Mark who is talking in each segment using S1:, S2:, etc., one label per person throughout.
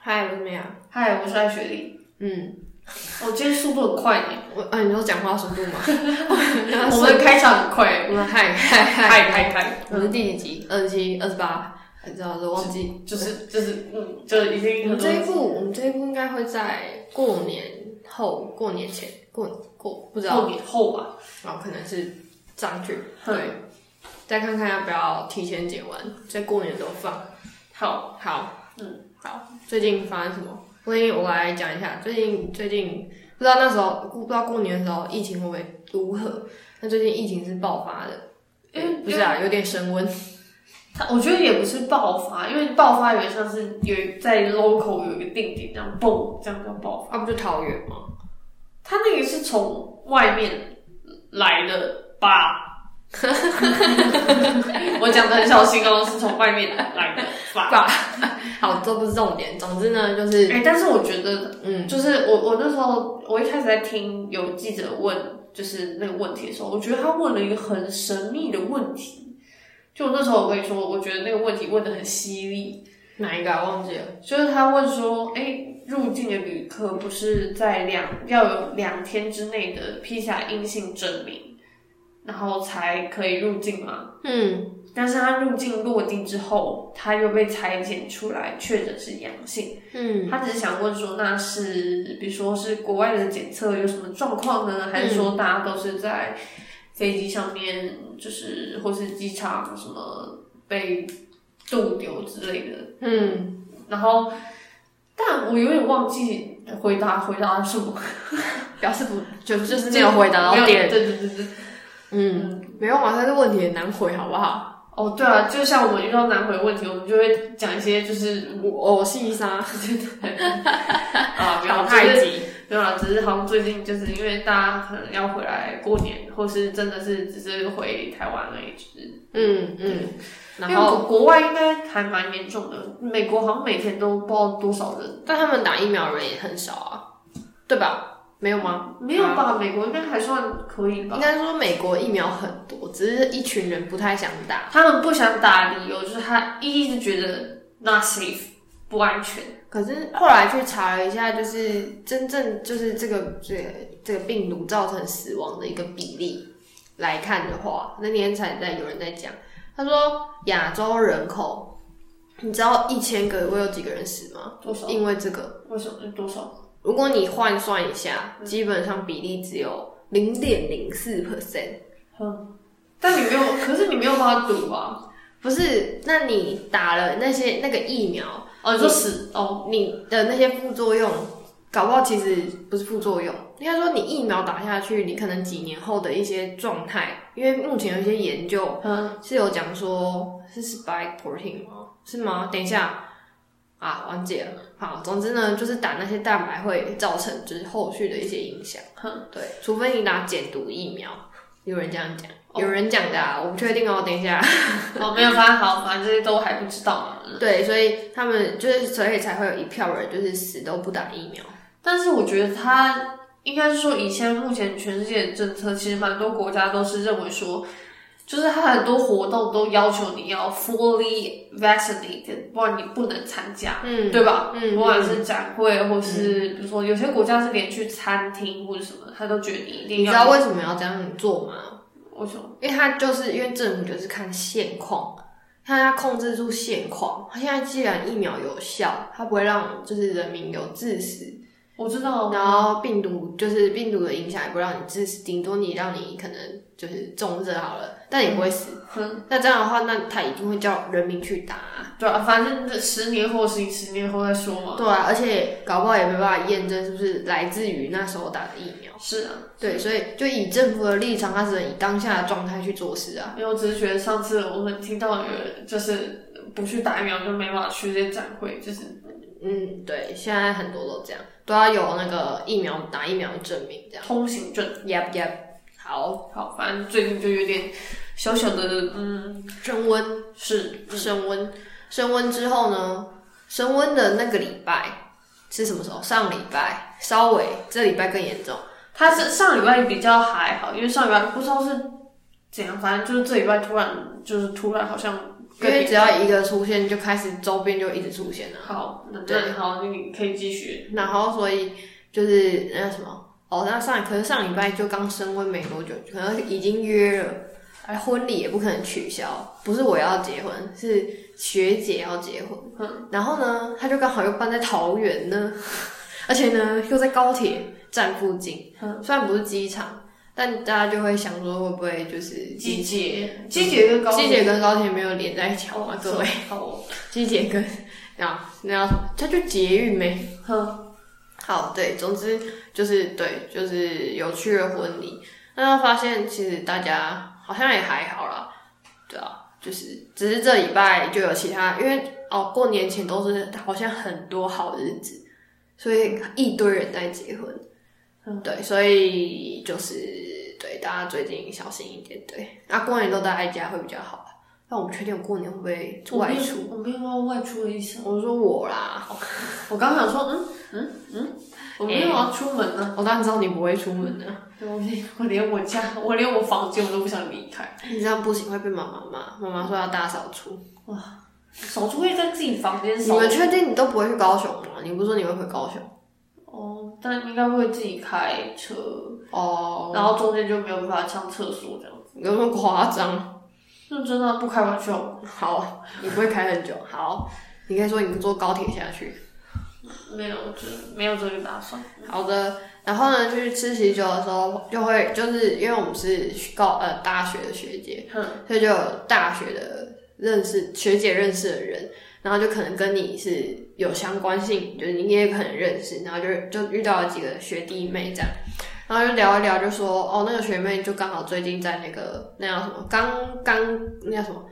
S1: 嗨，我是美雅。
S2: 嗨，我是艾雪莉。
S1: 嗯，
S2: 我、今天速度 很快呢，
S1: 我啊，你说讲话速度 吗？我
S2: 我们的开场很快。
S1: 我们嗨 嗨嗨，
S2: 嗨嗨嗨，
S1: 我是第几集？二十七、二十八，还知道都忘记。
S2: 就是就是嗯，就已经
S1: 我们
S2: 很
S1: 这一
S2: 多
S1: 部，我们这一部应该会在过年后、过年前、过过不知道，
S2: 后年后吧。
S1: 哦，可能是上去。
S2: 嗯
S1: 对，再看看要不要提前剪完，在过年的时候放。
S2: 好，
S1: 好，
S2: 嗯，
S1: 好。最近发生什么？最近我来讲一下，最近最近不知道那时候不知道过年的时候疫情会不会如何？那最近疫情是爆发的，
S2: 因为
S1: 不是啊，有点升温。
S2: 它我觉得也不是爆发，因为爆发有点像是有在 local 有一个定点这样蹦，这样叫爆发。
S1: 啊，不就桃园 吗？
S2: 它那个是从外面来的 吧？我讲的很小心哦，是从外面来的吧？
S1: 好，这不是重点。总之呢，就是
S2: 哎、但是我觉得
S1: 嗯，
S2: 就是我我那时候我一开始在听有记者问就是那个问题的时候，我觉得他问了一个很神秘的问题。就我那时候我跟你说，我觉得那个问题问的很犀利，
S1: 哪一个啊忘记了？
S2: 就是他问说，哎、入境的旅客不是在两要有两天之内的披下阴性证明，然后才可以入境吗？
S1: 嗯，
S2: 但是他入境落地之后，他又被裁剪出来确诊是阳性。嗯，他只是想问说，那是比如说是国外的检测有什么状况呢？还是说
S1: 嗯
S2: 大家都是在飞机上面，就是或是机场什么被渡流之类的？
S1: 嗯，
S2: 然后，但我有点忘记回答回答什么，
S1: 表示不就就是没有回答到点。
S2: 没有对对对对。
S1: 嗯，没有嘛，但是问题很难回，好不好？
S2: 哦，对啊，就像我们遇到难回问题，我们就会讲一些就是
S1: 我我细沙，
S2: 啊，没有，
S1: 小
S2: 就是
S1: 太极。
S2: 没有啦，只是好像最近就是因为大家可能要回来过年，或是真的是只是回台湾而已，就是
S1: 嗯嗯，然
S2: 因
S1: 后
S2: 为国国外应该还蛮严重的，美国好像每天都不知道多少人，
S1: 但他们打疫苗的人也很少啊，对吧？没有吗？
S2: 没有吧？美国应该还算可以吧？
S1: 应该说美国疫苗很多，只是一群人不太想打。
S2: 他们不想打理由就是他一直觉得 not safe 不安全，
S1: 可是后来去查了一下，就是真正就是这个这个这个病毒造成死亡的一个比例来看的话，那天才在有人在讲，他说亚洲人口，你知道一千个会有几个人死吗？
S2: 多少？
S1: 因为这个，
S2: 为什么多少？
S1: 如果你换算一下，
S2: 嗯
S1: 基本上比例只有零点零四 percent。
S2: 但你没有，可是你没有办法赌啊！
S1: 不是，那你打了那些那个疫苗，
S2: 哦，你说死哦，
S1: 你的那些副作用，搞不好其实不是副作用，应该说你疫苗打下去，你可能几年后的一些状态，因为目前有一些研究
S2: 嗯，
S1: 是有讲说是 spike protein 吗？是吗？等一下啊，完结了。好，总之呢，就是打那些蛋白会造成就是后续的一些影响。对，除非你打减毒疫苗，有人这样讲，有人讲的、啊，我不确定哦。等一下。
S2: 哦，没有，反正好，反正这些都还不知道嘛。
S1: 对，所以他们就是，所以才会有一票人就是死都不打疫苗。
S2: 但是我觉得他应该是说，以前目前全世界的政策，其实蛮多国家都是认为说，就是他很多活动都要求你要 fully vaccinated，不然你不能参加，
S1: 嗯，
S2: 对吧？
S1: 嗯
S2: 不管是展会，或是比如说有些国家是连去餐厅或者什么，他都觉得你一定
S1: 你知
S2: 要。
S1: 道为什么要这样做吗？
S2: 为什么？
S1: 因为他就是因为政府就是看现况，他要控制住现况。他现在既然疫苗有效，他不会让就是人民有致死，
S2: 我知道，啊
S1: 然后病毒就是病毒的影响也不会让你致死，顶多你让你可能就是重症好了，但也不会死。那这样的话，那他一定会叫人民去打啊、
S2: 对啊，反正这十年后的事情，十年后再说嘛。
S1: 对啊，而且搞不好也没办法验证是不是来自于那时候打的疫苗。
S2: 是啊，
S1: 对，所以就以政府的立场，他只能以当下的状态去做事啊。
S2: 因为我只是觉得上次我们听到有人就是不去打疫苗就没办法去这些展会，就是
S1: 嗯，对，现在很多都这样，都要有那个疫苗打疫苗的证明这样。
S2: 通行证。
S1: Yep yep，好，
S2: 好，反正最近就有点小小的，嗯，
S1: 升温
S2: 是
S1: 升温升温之后呢，升温的那个礼拜是什么时候？上礼拜稍微，这礼拜更严重。
S2: 他是上礼拜比较还好，因为上礼拜不知道是怎样，反正就是这礼拜突然就是突然好像
S1: 因为只要一个出现，就开始周边就一直出现了。
S2: 好，那那好，你可以继续。
S1: 然后所以就是那什么，哦，那上可是上礼拜就刚升温没多久，可能已经约了，而婚礼也不可能取消。不是我要结婚，是学姐要结婚。嗯，然后呢，他就刚好又办在桃园呢， 而且呢又在高铁站附近，
S2: 嗯
S1: 虽然不是机场。但大家就会想说，会不会就是
S2: 季节，季节跟高
S1: 机姐跟高铁没有连在一起好吗？
S2: 哦
S1: 各位，，
S2: 好哦，
S1: 机姐跟啊，那要什么它就捷运没
S2: 哼，
S1: 好，对，总之就是对，就是有趣的婚礼。那发现其实大家好像也还好啦，对啊，就是只是这礼拜就有其他，因为哦过年前都是好像很多好日子，所以一堆人在结婚。
S2: 嗯
S1: 对，所以就是对大家最近小心一点，对，那、过年都待在家会比较好啦。但我不确定我过年会不会
S2: 我
S1: 外
S2: 没有
S1: 出。，
S2: 我没有要外出的意思。
S1: 我说我啦，
S2: 我刚想说，嗯嗯嗯，我没有要出门呢。
S1: 我当然知道你不会出门的、
S2: 对我连我连我家，我连我房间我都不想离开。
S1: 你这样不行，会被妈妈骂。妈妈说要大扫除。
S2: 手足会在自己房间
S1: 你
S2: 扫
S1: 们确定你都不会去高雄吗？你不是说你会回高雄？
S2: 哦，但应该会自己开车，
S1: 哦，
S2: 然后中间就没有办法上厕所这样。
S1: 有那么夸张？
S2: 认真的不开玩笑，
S1: 好，你不会开很久。好，你可以说你坐高铁下去。
S2: 没有这没有这个打算。
S1: 好的，然后呢，去吃喜酒的时候，就会就是因为我们是高呃大学的学姐，
S2: 哼，
S1: 所以就有大学的认识学姐认识的人，然后就可能跟你是有相关性，就是你也可能认识，然后就就遇到了几个学弟妹这样，然后就聊一聊，就说哦，那个学妹就刚好最近在那个那叫什么，刚刚那叫什么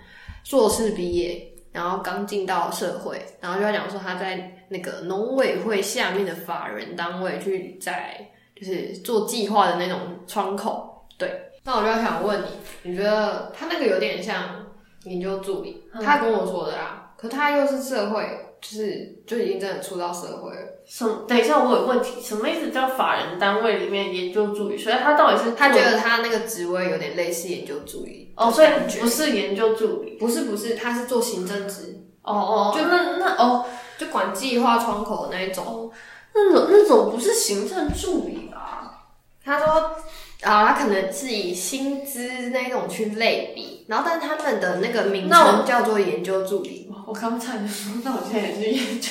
S1: 硕士毕业，然后刚进到社会，然后就在讲说她在那个农委会下面的法人单位去在就是做计划的那种窗口，对。那我就想问你，你觉得他那个有点像研究助理，
S2: 嗯
S1: 他跟我说的啦，可他又是社会，就是就已经真的出到社会了，
S2: 什么？等一下，我有问题，什么意思叫法人单位里面研究助理？所以他到底哦是
S1: 他觉
S2: 做
S1: 得他那个职位有点类似研究助理
S2: 哦，所以
S1: 的感觉
S2: 不是研究助理。
S1: 不是不是，他是做行政职，
S2: 哦哦，就那那哦
S1: 就管计划窗口的那一种。
S2: 哦，那种那种不是行政助理啊。
S1: 他说啊，他可能是以薪资那种去类比，然后但他们的那个名
S2: 那
S1: 称叫做研究助理，
S2: 哇我刚才就说，那我现在也是研究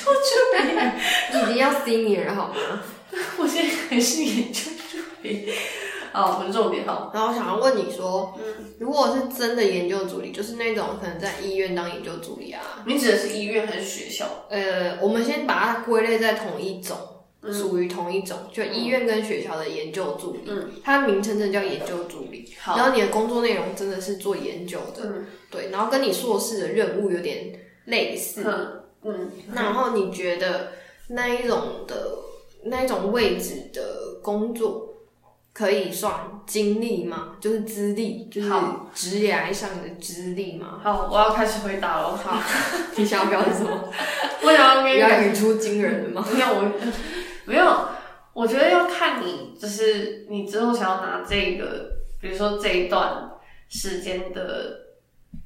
S1: 你已经要 senior 了好吗？
S2: 我现在还是研究助理。啊，我们重点好。
S1: 然后我想要问你说，如果是真的研究助理，就是那种可能在医院当研究助理啊，
S2: 你指的是医院还是学校？
S1: 呃，我们先把它归类在同一种，
S2: 嗯
S1: 属于同一种，就医院跟学校的研究助理，
S2: 嗯
S1: 它的名称真的叫研究助理。
S2: 好，
S1: 然后你的工作内容真的是做研究的，
S2: 嗯
S1: 对，然后跟你硕士的任务有点类似。
S2: 嗯嗯，
S1: 然后你觉得那一种的那一种位置的工作，可以算经历吗？就是资历，就是
S2: 好
S1: 职涯上的资历吗？
S2: 好，我要开始回答了。
S1: 好，你想要表达什么？
S2: 我想要
S1: 不
S2: 跟你讲
S1: 要语出惊人了吗？
S2: 没有，我没有，我觉得要看你，就是你之后想要拿这个，比如说这一段时间的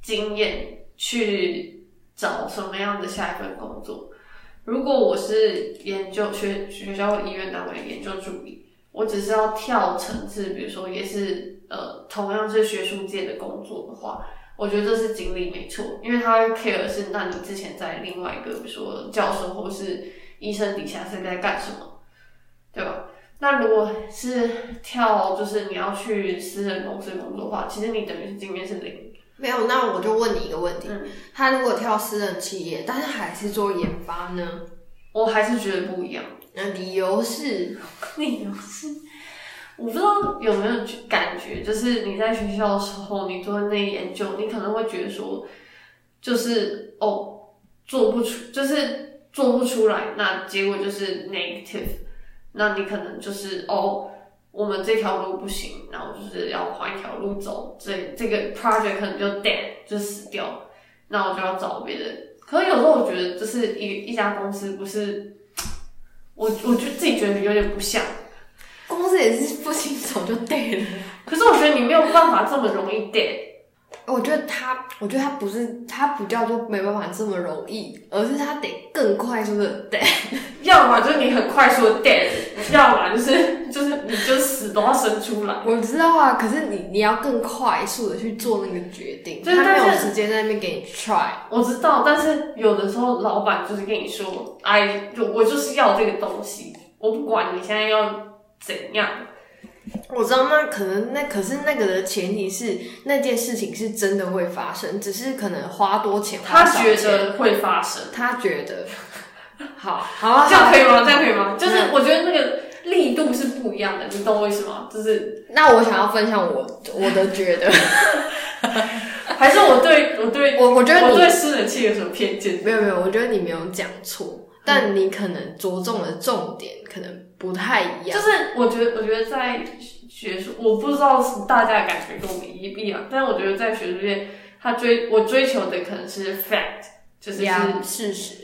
S2: 经验去找什么样的下一份工作。如果我是研究学学校或医院单位研究助理，我只是要跳层次，比如说也是呃同样是学术界的工作的话，我觉得这是经历没错，因为他会 care 的是那你之前在另外一个比如说教授或是医生底下是在干什么，对吧？那如果是跳，就是你要去私人公司工作的话，其实你等于是经验是零。
S1: 没有，那我就问你一个问题：
S2: 嗯，
S1: 他如果跳私人企业，但是还是做研发呢？
S2: 我还是觉得不一样。
S1: 那理由是，
S2: 理由是，我不知道有没有去感觉，就是你在学校的时候，你做那研究，你可能会觉得说，就是哦，做不出，就是做不出来，那结果就是 negative，那你可能就是哦。我们这条路不行，然后就是要换一条路走，这这个 project 可能就 dead 就死掉，那我就要找别的。可是有时候我觉得，就是一一家公司不是，我我就自己觉得有点不像。
S1: 公司也是不清楚就对了。
S2: 可是我觉得你没有办法这么容易 dead，
S1: 我觉得他，我觉得他不是他不叫做没办法这么容易，而是他得更快速的得，
S2: 要么就是你很快速的 dead，要么就是就是你就死都要生出来。
S1: 我知道啊，可是你你要更快速的去做那个决定，
S2: 对
S1: 他没有
S2: 但
S1: 时间在那边给你 try，
S2: 我知道，但是有的时候老板就是跟你说，哎，就我就是要这个东西，我不管你现在要怎样，
S1: 我知道那可能那可是那个的前提是那件事情是真的会发生，只是可能花多钱，花
S2: 他
S1: 少
S2: 觉
S1: 钱
S2: 得会发生，
S1: 他觉得 好，好 啊，
S2: 这样
S1: 好
S2: 可以吗？这样可以吗？就是
S1: 嗯
S2: 我觉得那个力度是不一样的，你懂我意思吗？就是
S1: 那我想要分享我我的觉 得，
S2: 还是我对我对
S1: 我我觉得
S2: 我
S1: 你
S2: 对私人器有什么偏见？
S1: 没有没有，我觉得你没有讲错，但你可能着重的重点可能不太一
S2: 就
S1: 样。
S2: 是我觉得，我觉得在学术，我不知道是大家的感觉跟我们一不一样，但我觉得在学术界，他追我追求的可能是 fact，就是是
S1: 呀事实，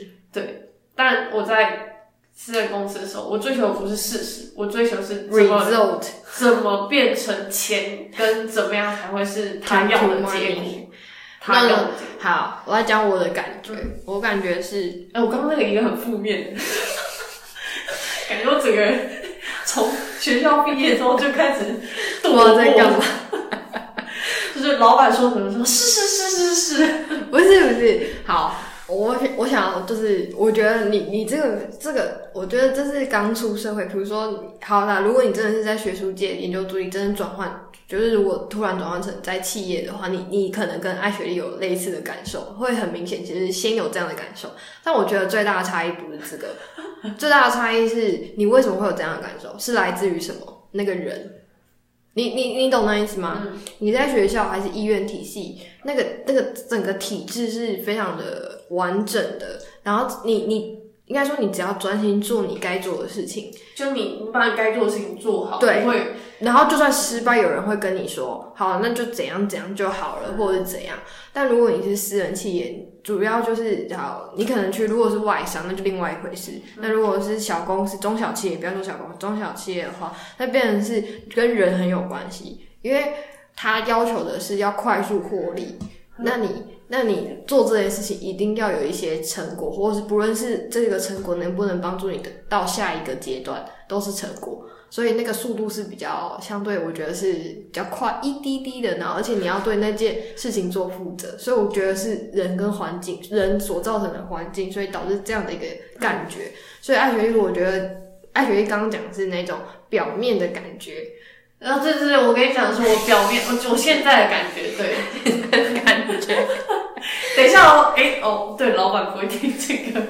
S2: 但我在私人公司的时候，我追求的不是事实，我追求是怎么
S1: result
S2: 怎么变成钱，跟怎么样才会是他
S1: Time
S2: 要
S1: to
S2: 的结果
S1: money。
S2: 他要的结果。
S1: 好，我要讲我的感觉，我感觉是
S2: 哎、我刚刚那个一个很负面 的，感觉我整个人从学校毕业之后就开始
S1: 不
S2: 堕
S1: 知道在干
S2: 落，
S1: 嘛，
S2: 就是老板说什么说是是是是是，
S1: 不是不是，好，我我想要就是，我觉得你你这个这个，我觉得这是刚出社会，比如说，好啦，如果你真的是在学术界研究助理，真的转换，就是如果突然转换成在企业的话，你你可能跟爱学历有类似的感受，会很明显，其实先有这样的感受。但我觉得最大的差异不是这个，最大的差异是你为什么会有这样的感受，是来自于什么那个人。你你你懂那意思吗？
S2: 嗯
S1: 你在学校还是医院体系，那个那个整个体制是非常的完整的。然后你你应该说你只要专心做你该做的事情，
S2: 就你你把你该做的事情做好，
S1: 对
S2: 不会
S1: 然后就算失败，有人会跟你说好，那就怎样怎样就好了，或者是怎样。但如果你是私人企业，主要就是好，你可能去如果是外商，那就另外一回事。那如果是小公司、中小企业，不要说小公司，中小企业的话，那变成是跟人很有关系，因为他要求的是要快速获利。那你，那你做这件事情一定要有一些成果，或者是不论是这个成果能不能帮助你的到下一个阶段，都是成果。所以那个速度是比较相对，我觉得是比较快一滴滴的，然后而且你要对那件事情做负责，所以我觉得是人跟环境人所造成的环境，所以导致这样的一个感觉。所以爱学艺，我觉得爱学艺刚刚讲的是那种表面的感觉，
S2: 然后对对对，我跟你讲说，我表面我我现在的感觉， 对，
S1: 感觉
S2: 等一下哦，哎、哦，对，老板不会听这个，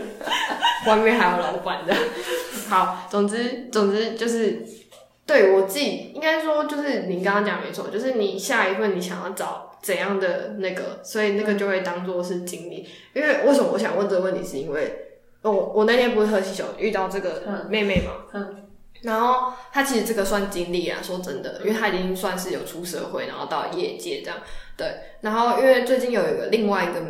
S1: 外面还有老板的。好，总之总之就是对我自己应该说，就是你刚刚讲没错，就是你下一份你想要找怎样的那个，所以那个就会当做是经历。因为为什么我想问这个问题，是因为我我那天不是喝喜酒遇到这个
S2: 嗯
S1: 妹妹嘛，
S2: 嗯，
S1: 然后她其实这个算经历啊，说真的，因为她已经算是有出社会，然后到业界这样。对，然后因为最近有一个另外一个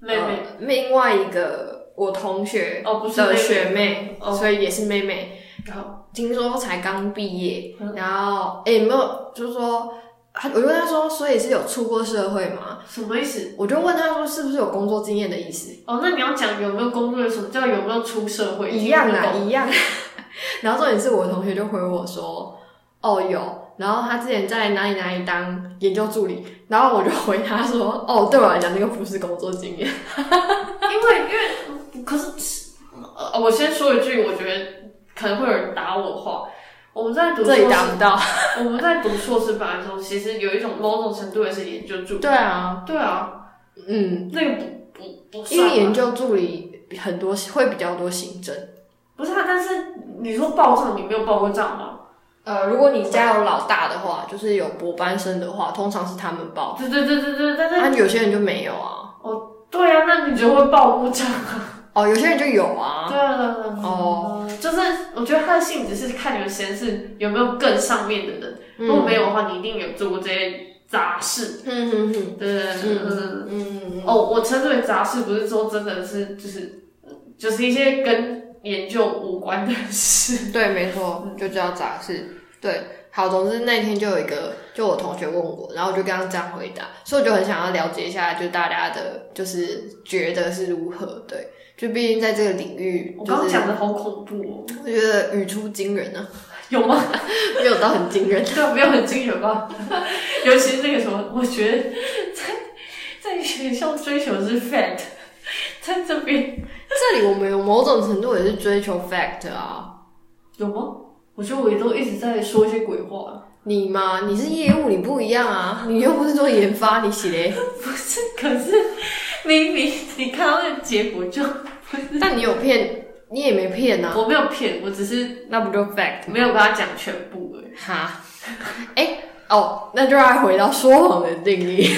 S2: 妹妹，
S1: 呃另外一个我同学
S2: 哦，不是
S1: 的
S2: 妹妹
S1: 学妹，
S2: 哦，
S1: 所以也是妹妹。
S2: 然后
S1: 听说才刚毕业，
S2: 嗯
S1: 然后哎、没有，就是说，她我就问她说，所以是有出过社会吗？
S2: 什么意思？
S1: 我就问她说，是不是有工作经验的意思？
S2: 哦，那你要讲有没有工作，什么叫有没有出社会？
S1: 一样
S2: 听不
S1: 啊，
S2: 懂
S1: 一样。然后重点是我同学就回我说，哦有，然后他之前在哪里哪里当研究助理，然后我就回他说，哦对我来讲那个不是工作经验，
S2: 因为因为嗯可是，呃，我先说一句，我觉得可能会有人打我话。我们在读硕
S1: 这
S2: 士
S1: 里，达不到。
S2: 我们在读硕士班的时候，其实有一种某种程度也是研究助理。
S1: 对啊，
S2: 对啊，
S1: 嗯，
S2: 那个不不不
S1: 因
S2: 算
S1: 为
S2: 吧。
S1: 研究助理很多会比较多行政。
S2: 不是啊，但是你说报账，你没有报过账吗？
S1: 呃，如果你家有老大的话，就是有博班生的话，通常是他们报，
S2: 对对对对对，但是
S1: 那、有些人就没有啊。
S2: 对啊，那你就会报过账啊。
S1: 哦，有些人就有啊。
S2: 对啊对啊对啊。
S1: 哦
S2: 哦，就是我觉得他的性质是看你们实验室有没有更上面的人，如果
S1: 嗯
S2: 没有的话，你一定有做过这些杂事。
S1: 嗯嗯嗯
S2: 对对对对对对。
S1: 嗯嗯
S2: 哦，我称之为杂事，不是说真的是就是就是一些跟研究无关的事。
S1: 嗯，对，没错，就叫杂事。对，好，总之那天就有一个，就我同学问我，然后我就跟他这样回答，所以我就很想要了解一下，就大家的，就是觉得是如何，对，就毕竟在这个领域，
S2: 我
S1: 就
S2: 刚刚
S1: 是
S2: 讲的好恐怖哦，
S1: 我觉得语出惊人呢、
S2: 有吗？
S1: 没有到很惊人，
S2: 对，没有很惊人吧？ 尤其是那个什么，我觉得在在学校追求的是 fat，在这边
S1: 这里我们有某种程度也是追求 fact 啊，
S2: 有吗？我觉得我也都一直在说一些鬼话，
S1: 你嘛，你是业务，你不一样啊，你又不是做研发，你写嘞，
S2: 不是？可是明明你看到那个结果就，
S1: 但你有骗，你也没骗啊，
S2: 我没有骗，我只是
S1: 那不就 fact 吗
S2: 没有跟他讲全部而已。
S1: 哈，哎、哦，那就要回到说谎的定义。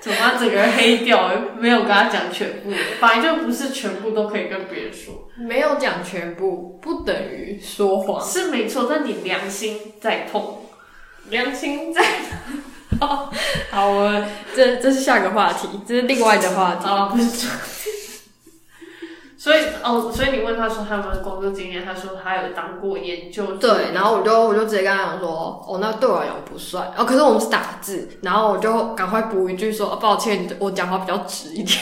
S2: 怎么把整个人黑掉？没有跟他讲全部，反正就不是全部都可以跟别人说，
S1: 没有讲全部，不等于说谎。
S2: 是没错。但你良心在痛，
S1: 良心在。好，我这这是下个话题，这是另外的话题。
S2: 啊，不是这样。所以哦，所以你问他说他有没有工作经验，他说他有当过研究助理
S1: 对，然后我就我就直接跟他讲说，哦，那对我来讲不算。哦，可是我们是打字，然后我就赶快补一句说，哦、抱歉，我讲话比较直一点。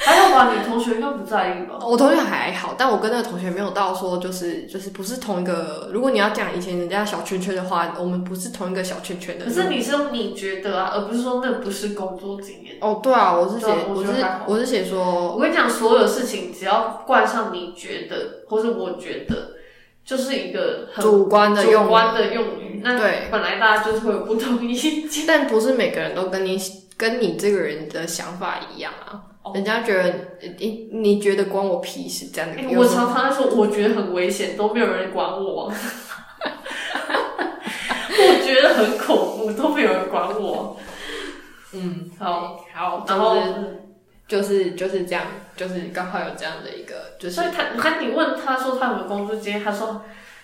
S2: 还有吧，你同学应该不在意吧？
S1: 我同学还好，但我跟那个同学没有到说就是就是不是同一个。如果你要讲以前人家小圈圈的话，我们不是同一个小圈圈的
S2: 可。是你是用你觉得啊，而不是说那不是工作经验。
S1: 哦，对啊，我是写
S2: 对啊我
S1: 我
S2: 觉得
S1: 是
S2: 还好
S1: 我是写说，
S2: 我跟你讲，所有事情只要冠上你觉得或是我觉得，就是一个很
S1: 主观的用
S2: 主
S1: 语
S2: 观的用语。那
S1: 对
S2: 本来大家就是会有不同意见。
S1: 但不是每个人都跟你跟你这个人的想法一样啊。
S2: 哦
S1: 人家觉得你你觉得关我屁事这样的
S2: 欸
S1: 用语，
S2: 我常常在说，我觉得很危险，都没有人管 我。我觉得很恐怖，都没有人管我。
S1: 嗯
S2: 好，
S1: 好，然
S2: 然后
S1: 后，就是就是这样，就是刚好有这样的一个就是
S2: 所以他他你问他说他有没有工作经验，他说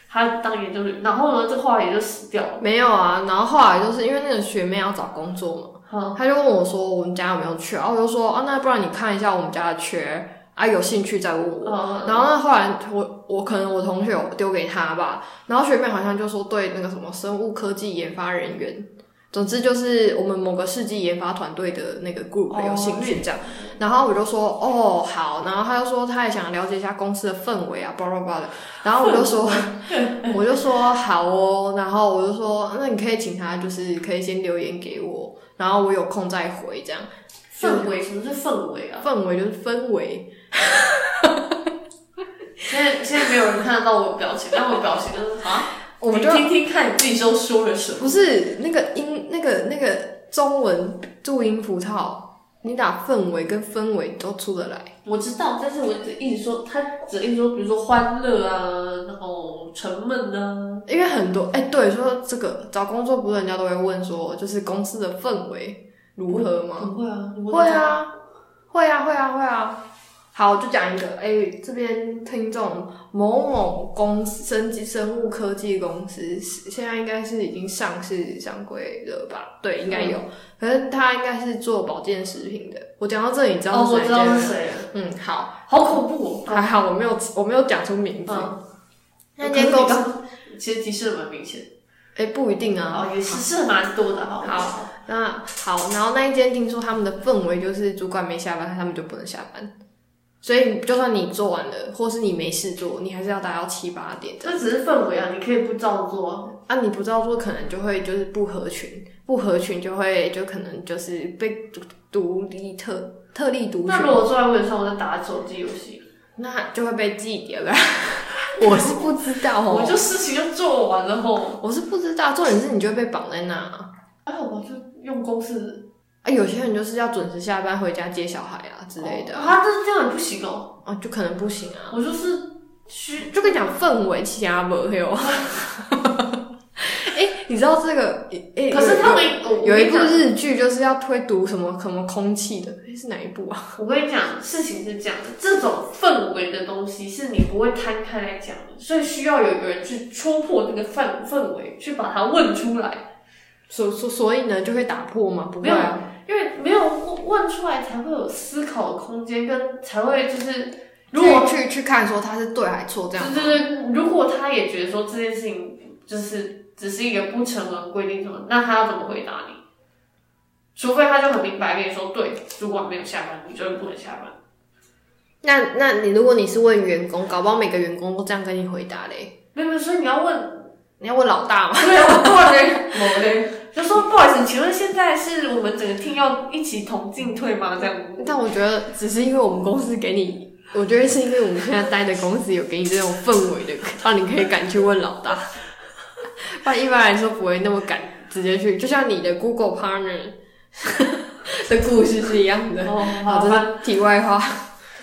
S2: 他当研究员，然后呢，这话也就死掉了。
S1: 没有啊。然后后来就是因为那个学妹要找工作嘛。
S2: 好，
S1: 他就问我说我们家有没有缺，然后我就说啊，那不然你看一下我们家的缺啊，有兴趣再问我。
S2: 呃，
S1: 然后那后来我我可能我同学有丢给他吧，然后学妹好像就说对那个什么生物科技研发人员，总之就是我们某个世纪研发团队的那个 group
S2: 哦
S1: 有兴趣这样。然后我就说哦好，然后他就说他也想了解一下公司的氛围啊，叭叭叭的。然后我就 说我就说好哦，然后我就说那你可以请他就是可以先留言给我，然后我有空再回这样。
S2: 氛围，什么是氛围啊？
S1: 氛围就是氛围，
S2: 现在现在没有人看得到我的表情，但我的表情就是啊，
S1: 我们
S2: 你
S1: 就
S2: 听听看你自己都说了什么。
S1: 不是那个音，那个那个中文注音符号，你打氛围跟氛围都出得来。
S2: 我知道，但是我只一直说，他只一直说，比如说欢乐啊，然后沉闷啊，
S1: 因为很多哎、对，说这个找工作不是人家都会问说，就是公司的氛围如何吗？
S2: 不会啊，你问
S1: 会
S2: 他，
S1: 啊，会啊，会啊，会啊。好，就讲一个，哎、这边听众某某公司生技生物科技公司，现在应该是已经上市上柜了吧？对，应该有。
S2: 嗯
S1: 可是他应该是做保健食品的。我讲到这里，你知道
S2: 哦，
S1: 是
S2: 我
S1: 谁
S2: 知
S1: 吗？
S2: 道是谁了，
S1: 嗯，好，
S2: 好恐怖
S1: 还好我没有我没有讲出名字。
S2: 哦，
S1: 那
S2: 嗯，
S1: 间
S2: 可是
S1: 公
S2: 你
S1: 司，
S2: 刚其实提示得蛮明显，
S1: 哎、不一定啊。
S2: 啊，也是是蛮多的，好，
S1: 好，那好，然后那一间听说他们的氛围就是主管没下班，他们就不能下班，所以就算你做完了，或是你没事做，你还是要打到七八点的。
S2: 这只是氛围啊，你可以不照做啊，
S1: 啊，你不照做，可能就会就是不合群，不合群就会就可能就是被独独立特特立独
S2: 那
S1: 行，
S2: 如果我坐在位置上，我在打手机游戏，
S1: 那就会被记点了。 我是不知道
S2: 我
S1: 哦，
S2: 就事情就做完了吼，
S1: 我是不知道，重点是你就会被绑在那啊。
S2: 还好吧，哎就用公司
S1: 啊，有些人就是要准时下班回家接小孩啊之类的，
S2: 哦啊，这这样也不行哦，
S1: 哦、就可能不行啊。
S2: 我就是需
S1: 就跟你讲氛围其他没 有。哎、你知道这个？哎、
S2: 可是他们
S1: 有有一部
S2: 我跟你讲
S1: 日剧就是要推读什么什么空气的，诶是哪一部啊？
S2: 我跟你讲，事情是这样的，这种氛围的东西是你不会摊开来讲的，所以需要有一个人去戳破那个氛氛围，去把它问出来，
S1: 所所所以呢，就会打破嘛？不会啊，
S2: 因为没有问问出来才会有思考的空间，跟才会就是如果
S1: 去去看说他是啊对还是错这样吗，
S2: 对对对，如果他也觉得说这件事情就是只是一个不成文规定什么，那他要怎么回答你？除非他就很明白跟你说，对，主管没有下班，你就是不能下班。
S1: 那那你如果你是问员工，搞不好每个员工都这样跟你回答嘞。
S2: 没有，没有，所以你要问，
S1: 你要问老 大嘛？
S2: 对，我过人，某人就说不好意思，请问现在是我们整个 team 要一起同进退吗？这样
S1: 但我觉得只是因为我们公司给你，我觉得是因为我们现在待的公司有给你这种氛围的，让你可以敢去问老大。不然一般来说不会那么敢直接去，就像你的 Google Partner 的故事是一样的。
S2: 哦，
S1: 好，这是题外话。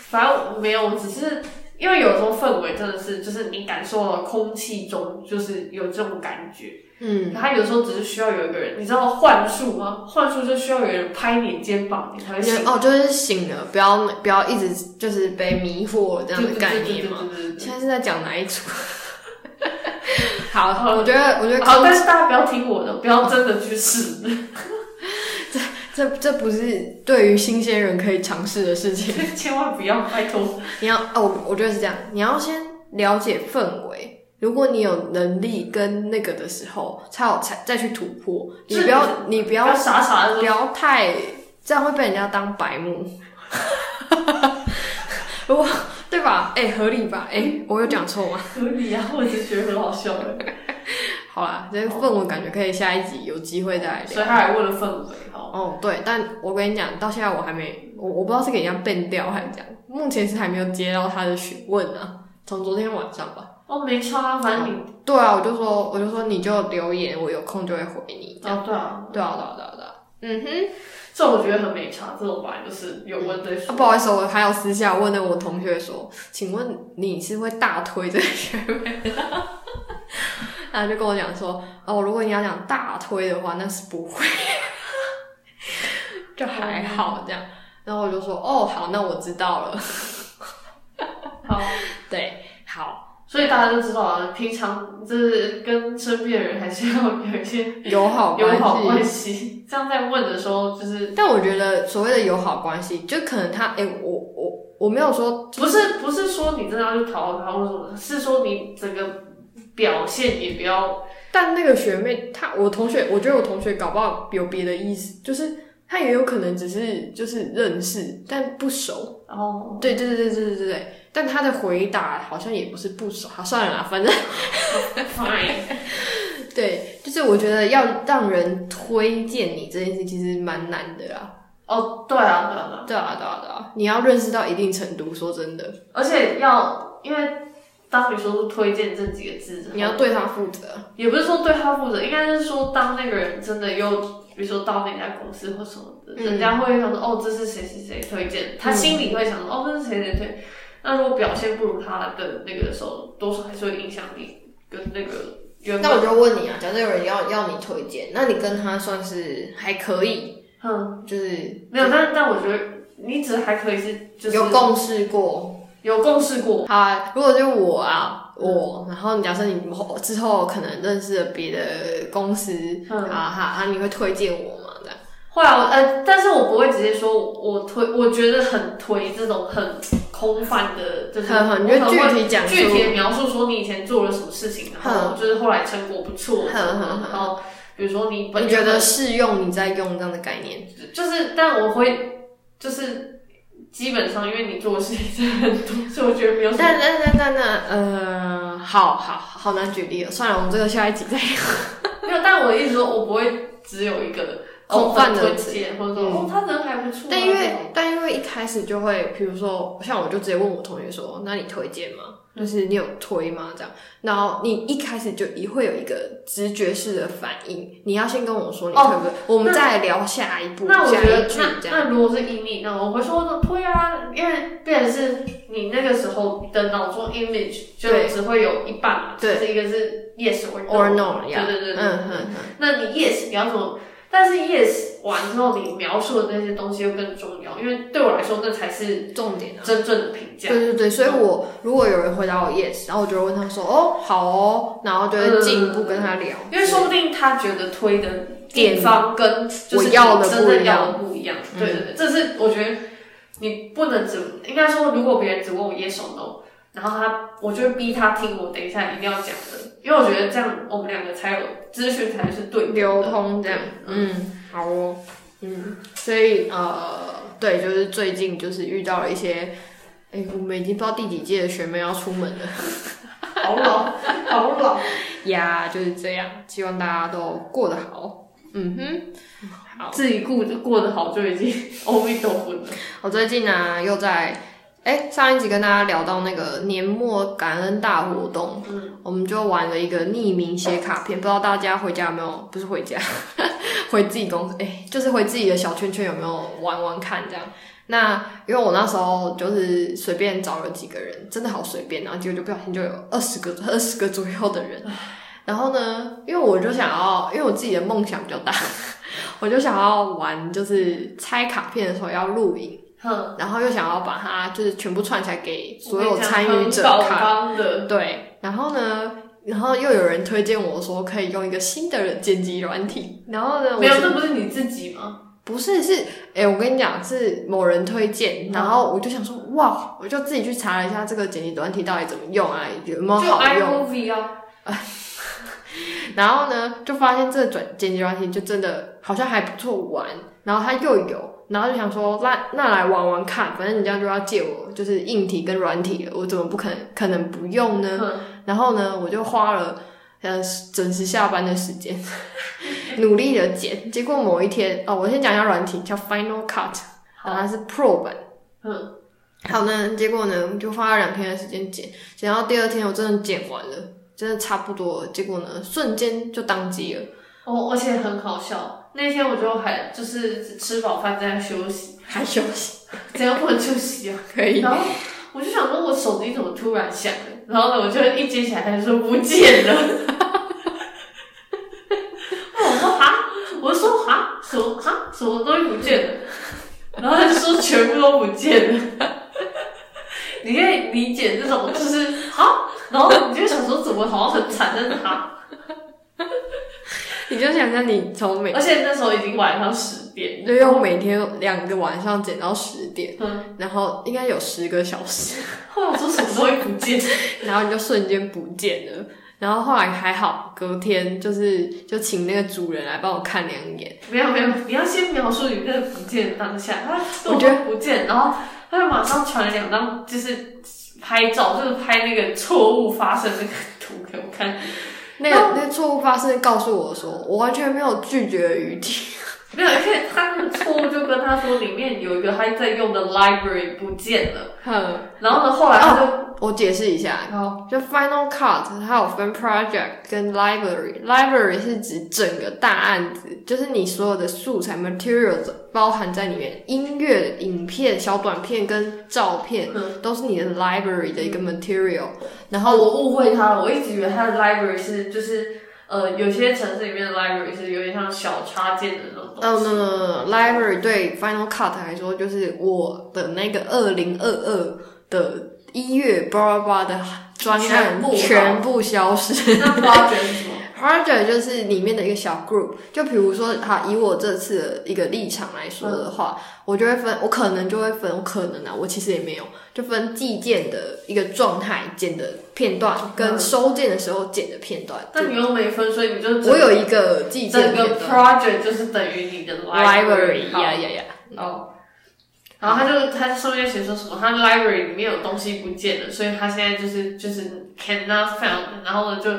S2: 反正没有，只是因为有时候氛围真的是，就是你感受到空气中就是有这种感觉。
S1: 嗯，
S2: 他有时候只是需要有一个人，你知道幻术吗？幻术就需要有人拍你肩膀，你才会醒。
S1: 哦，就是醒了，不要不要一直就是被迷惑这样的概念嘛。
S2: 嘛。对对对
S1: 现在是在讲哪一组？ 好，
S2: 好
S1: 我觉得，我觉得
S2: 好，
S1: 空
S2: 但是大家不要听我的，不要真的去试。
S1: 这这不是对于新鲜人可以尝试的事情。
S2: 千万不要，拜托。
S1: 你要哦，我我觉得是这样，你要先了解氛围。如果你有能力跟那个的时候，才有才再去突破。你
S2: 是啊
S1: 不要，你
S2: 不
S1: 不要，
S2: 傻傻的
S1: 不
S2: 说，
S1: 要太这样会被人家当白目。 如果对吧？哎、合理吧？哎、我有讲错吗？
S2: 合理啊，我只是觉得很好笑而已。
S1: 好啦，这个氛围感觉可以下一集有机会再来聊。
S2: 所以他还问了氛围哦。
S1: 哦，对，但我跟你讲，到现在我还没，我我不知道是给人家变掉还是怎样，目前是还没有接到他的询问啊，从昨天晚上吧。
S2: 哦，没差，反正你
S1: 对啊，我就说，我就说你就留言，我有空就会回你。
S2: 哦，对啊，
S1: 对啊，对啊，对啊，对啊。嗯哼，
S2: 这我觉得很没差，这种本来就是有问对
S1: 啊
S2: 说。
S1: 不好意思，我还有私下问了我同学说，请问你是会大推这个学妹吗？ 然后就跟我讲说，哦，如果你要讲大推的话，那是不会， 就还好这样。然后我就说，哦，好，那我知道了。
S2: 好，
S1: 对，好，
S2: 所以大家都知道啊，平常就是跟身边的人还是要有一些
S1: 友好
S2: 友
S1: 关
S2: 好关
S1: 系。
S2: 系。这样在问的时候，就是
S1: 但我觉得所谓的友好关系，就可能他，哎、我我我没有说，
S2: 不是不是说你真的要去讨好他或者什么，是说你整个表现也不要
S1: 但那个学妹，她我同学，我觉得我同学搞不好有别的意思，就是她也有可能只是就是认识，但不熟。
S2: 哦。
S1: 对对对对对对对对。但她的回答好像也不是不熟，好算了啦，反正
S2: fine，
S1: 对，就是我觉得要让人推荐你这件事，其实蛮难的啦。
S2: 哦，对啊，对啊，对啊，
S1: 对啊对啊对啊，你要认识到一定程度，说真的，
S2: 啊而且要因为当你说出推荐这几个字之后，
S1: 你要对他负责。
S2: 也不是说对他负责，应该是说当那个人真的又，比如说到那家公司或什么的，
S1: 嗯
S2: 人家会想说哦，这是谁谁谁推荐，他心里会想说、哦，这是谁谁推。那如果表现不如他的那个的时候，多少还是会影响你跟那个员
S1: 那
S2: 工。
S1: 我就问你啊，假设有人要要你推荐，那你跟他算是还可以，
S2: 嗯，
S1: 就是
S2: 没有，但但我觉得你只还可以是就是
S1: 有共识过。
S2: 有共识过，
S1: 好啊，如果就我啊，我，然后你假设你后之后可能认识了别的公司、
S2: 嗯
S1: 啊哈，啊你会推荐我吗？这样
S2: 后来我呃，但是我不会直接说我推，我觉得很推这种很空泛的，就是
S1: 很很，你
S2: 我
S1: 就
S2: 会
S1: 具体讲出，
S2: 具体的描述说你以前做了什么事情，然后就是后来成果不错，
S1: 哼哼
S2: 然后比如说你本
S1: 你觉得适用你再用这样的概念，
S2: 就是，但我会就是基本上因为你做的事情真的很多，所以我觉得没有什么。
S1: 但但但但但呃，好好好难举例了，哦算了，我们这个下一集再聊。
S2: 没有，但我一直说我不会只有一个
S1: 空泛的
S2: 推荐，或者说、
S1: 嗯
S2: 哦他人还不错啊，
S1: 但因
S2: 这
S1: 为
S2: 种
S1: 但因为一开始就会，比如说像我就直接问我同学说，那你推荐吗？
S2: 嗯
S1: 就是你有推吗？这样，然后你一开始就一会有一个直觉式的反应，你要先跟我说你推不推，我们再聊下一步，
S2: 哦那我
S1: 下
S2: 觉
S1: 一
S2: 得
S1: 句这
S2: 那
S1: 样。
S2: 那如果是以你，那我会说那推啊，因为变成是你那个时候的脑中 image 就
S1: 对
S2: 只会有一半嘛，
S1: 对
S2: 就是一个是 yes or no，,
S1: Or no，
S2: 对
S1: yeah
S2: 对对对，
S1: 嗯哼哼，
S2: 那你 yes 你要怎么？但是 yes 完之后，你描述的那些东西又更重要，因为对我来说，那才是
S1: 重点啊。
S2: 真正的评价。
S1: 对对对，所以我如果有人回答我 yes，然后我就会问他说哦好哦，然后就会进一步跟他聊，
S2: 嗯因为说不定他觉得推的地方跟就是
S1: 我要的
S2: 真
S1: 不一
S2: 正
S1: 样
S2: 嗯要的不一样。对对对，这是我觉得你不能只应该说，如果别人只问我 yes or no，然后他，我就会逼他听我等一下一定要讲的，因为我觉得这样我们两个才有资讯才是对
S1: 流
S2: 的。
S1: 通这样。嗯，好哦，嗯，所以呃，对，就是最近就是遇到了一些，哎、我们已经不知道第几届的学妹要出门 了
S2: 好老，好老。
S1: 呀就是这样。希望大家都过得好。嗯哼，好，
S2: 自己顾着过得好就已经 阿弥陀佛了。
S1: 我最近呢、又在。哎，上一集跟大家聊到那个年末感恩大活动，嗯，我们就玩了一个匿名写卡片，不知道大家回家有没有？不是回家， 回自己公司，哎，就是回自己的小圈圈有没有玩玩看这样？那因为我那时候就是随便找了几个人，真的好随便，然后结果就不小心就有二十个二十个左右的人。然后呢，因为我就想要，因为我自己的梦想比较大， 我就想要玩，就是拆卡片的时候要录影。
S2: 哼，
S1: 然后又想要把它就是全部串起来给所有
S2: 我跟你讲
S1: 参与者
S2: 很搞
S1: 看，
S2: 纲的，
S1: 对。然后呢，然后又有人推荐我说可以用一个新的剪辑软体，然后呢，我
S2: 没有，
S1: 就
S2: 这不是你自己吗？
S1: 不是是，哎、我跟你讲是某人推
S2: 嗯
S1: 荐，然后我就想说哇，我就自己去查了一下这个剪辑软体到底怎么用啊，有没有
S2: 就
S1: 好用？
S2: iMovie 啊，
S1: 然后呢，就发现这个转剪辑软体就真的好像还不错玩，然后它又有，然后就想说那那来玩玩看，反正人家就要借我就是硬体跟软体了，我怎么不可能可能不用呢？
S2: 嗯
S1: 然后呢，我就花了呃准时下班的时间， 努力的剪，结果某一天哦，我先讲一下软体叫 Final Cut，然后它是 Pro 版。
S2: 嗯，
S1: 好呢，结果呢，我就花了两天的时间剪，剪到第二天我真的剪完了，真的差不多了。结果呢，瞬间就当机了，
S2: 哦，而且很好笑。那天我就还就是吃饱饭在那休息，
S1: 还休息
S2: 怎样不能休息啊？
S1: 可以。
S2: 然后我就想说，我手机怎么突然响了？然后呢，我就一接起来，他就说不见了。 我说哈，我就说哈，什么哈，什么东西不见了？然后他就说全部都不见了。你可以理解这种，就是哈，然后你就想说怎么好像很惨，但是哈，
S1: 你就想象你从每
S2: 而且那时候已经晚上十点，
S1: 就用每天两个晚上剪到十点，
S2: 嗯，
S1: 然后应该有十个小时，
S2: 后来我说什么东西不见了？
S1: 然后你就瞬间不见了。然后后来还好，隔天就是就请那个主人来帮我看两眼，
S2: 没有没有，你要先描述你那个不见的当下，他
S1: 我
S2: 我
S1: 觉
S2: 觉得不见，然后他就马上传了两张，就是拍照，就是拍那个错误发生那个图给我看，
S1: 那个那个错误发生告诉我说，我完全没有拒绝的余地。
S2: 没有，因为他那个错误就跟他说里面有一个他在用的 library 不见了，
S1: 哼，
S2: 然后呢，后来他就，
S1: 我解释一下，
S2: 然后
S1: 就 Final Cut 它有分 project 跟 library。library 是指整个大案子，就是你所有的素材 materials 包含在里面，音乐、影片、小短片跟照片
S2: 嗯
S1: 都是你的 library 的一个 material。然
S2: 然
S1: 后
S2: 后我误会他了，我一直以为他的 library 是就是呃有些城市里面的 library 是有点像小插件的那种东西。
S1: 呃、no no n library 对 Final Cut 来说，就是我的那个二零二二的一月巴拉巴拉的专案
S2: 全部
S1: 全部消失。
S2: 那 project 是什么？
S1: project 就是里面的一个小 group，就比如说，好，以我这次的一个立场来说的话，我就会分，我可能就会分，我可能啊，我其实也没有，就分寄件的一个状态剪的片段，跟收件的时候剪的片段。
S2: 但你又没分，所以你就
S1: 我有一个寄件
S2: 整
S1: 片
S2: 个
S1: 段
S2: project 就是等于你的
S1: library，
S2: 好
S1: 呀呀呀，
S2: 哦。然后他就他上面写说什么，他 library 里面有东西不见了，所以他现在就是就是 cannot found。然后呢就，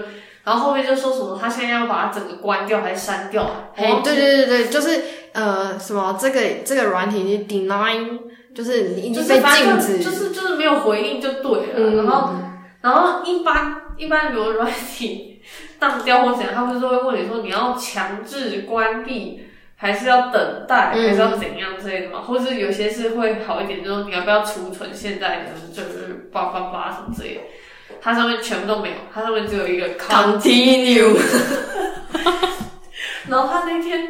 S2: 然后后面就说什么，他现在要把它整个关掉还是删掉？
S1: 哎，
S2: 哦
S1: 对对对对，就是呃，什么这个这个软体是 deny，就是你已
S2: 就
S1: 经
S2: 是
S1: 被
S2: 反正
S1: 禁止，
S2: 就是就是没有回应就对了。
S1: 嗯
S2: 然后然后一般一般如果 软体当掉或怎样，他们就会问你说你要强制关闭，还是要等待，
S1: 嗯
S2: 还是要怎样之类的嘛？或者有些是会好一点，就是说你要不要储存现在的就是叭叭叭什么之类的。它上面全部都没有，它上面只有一个 con。
S1: continue，
S2: 然后他那天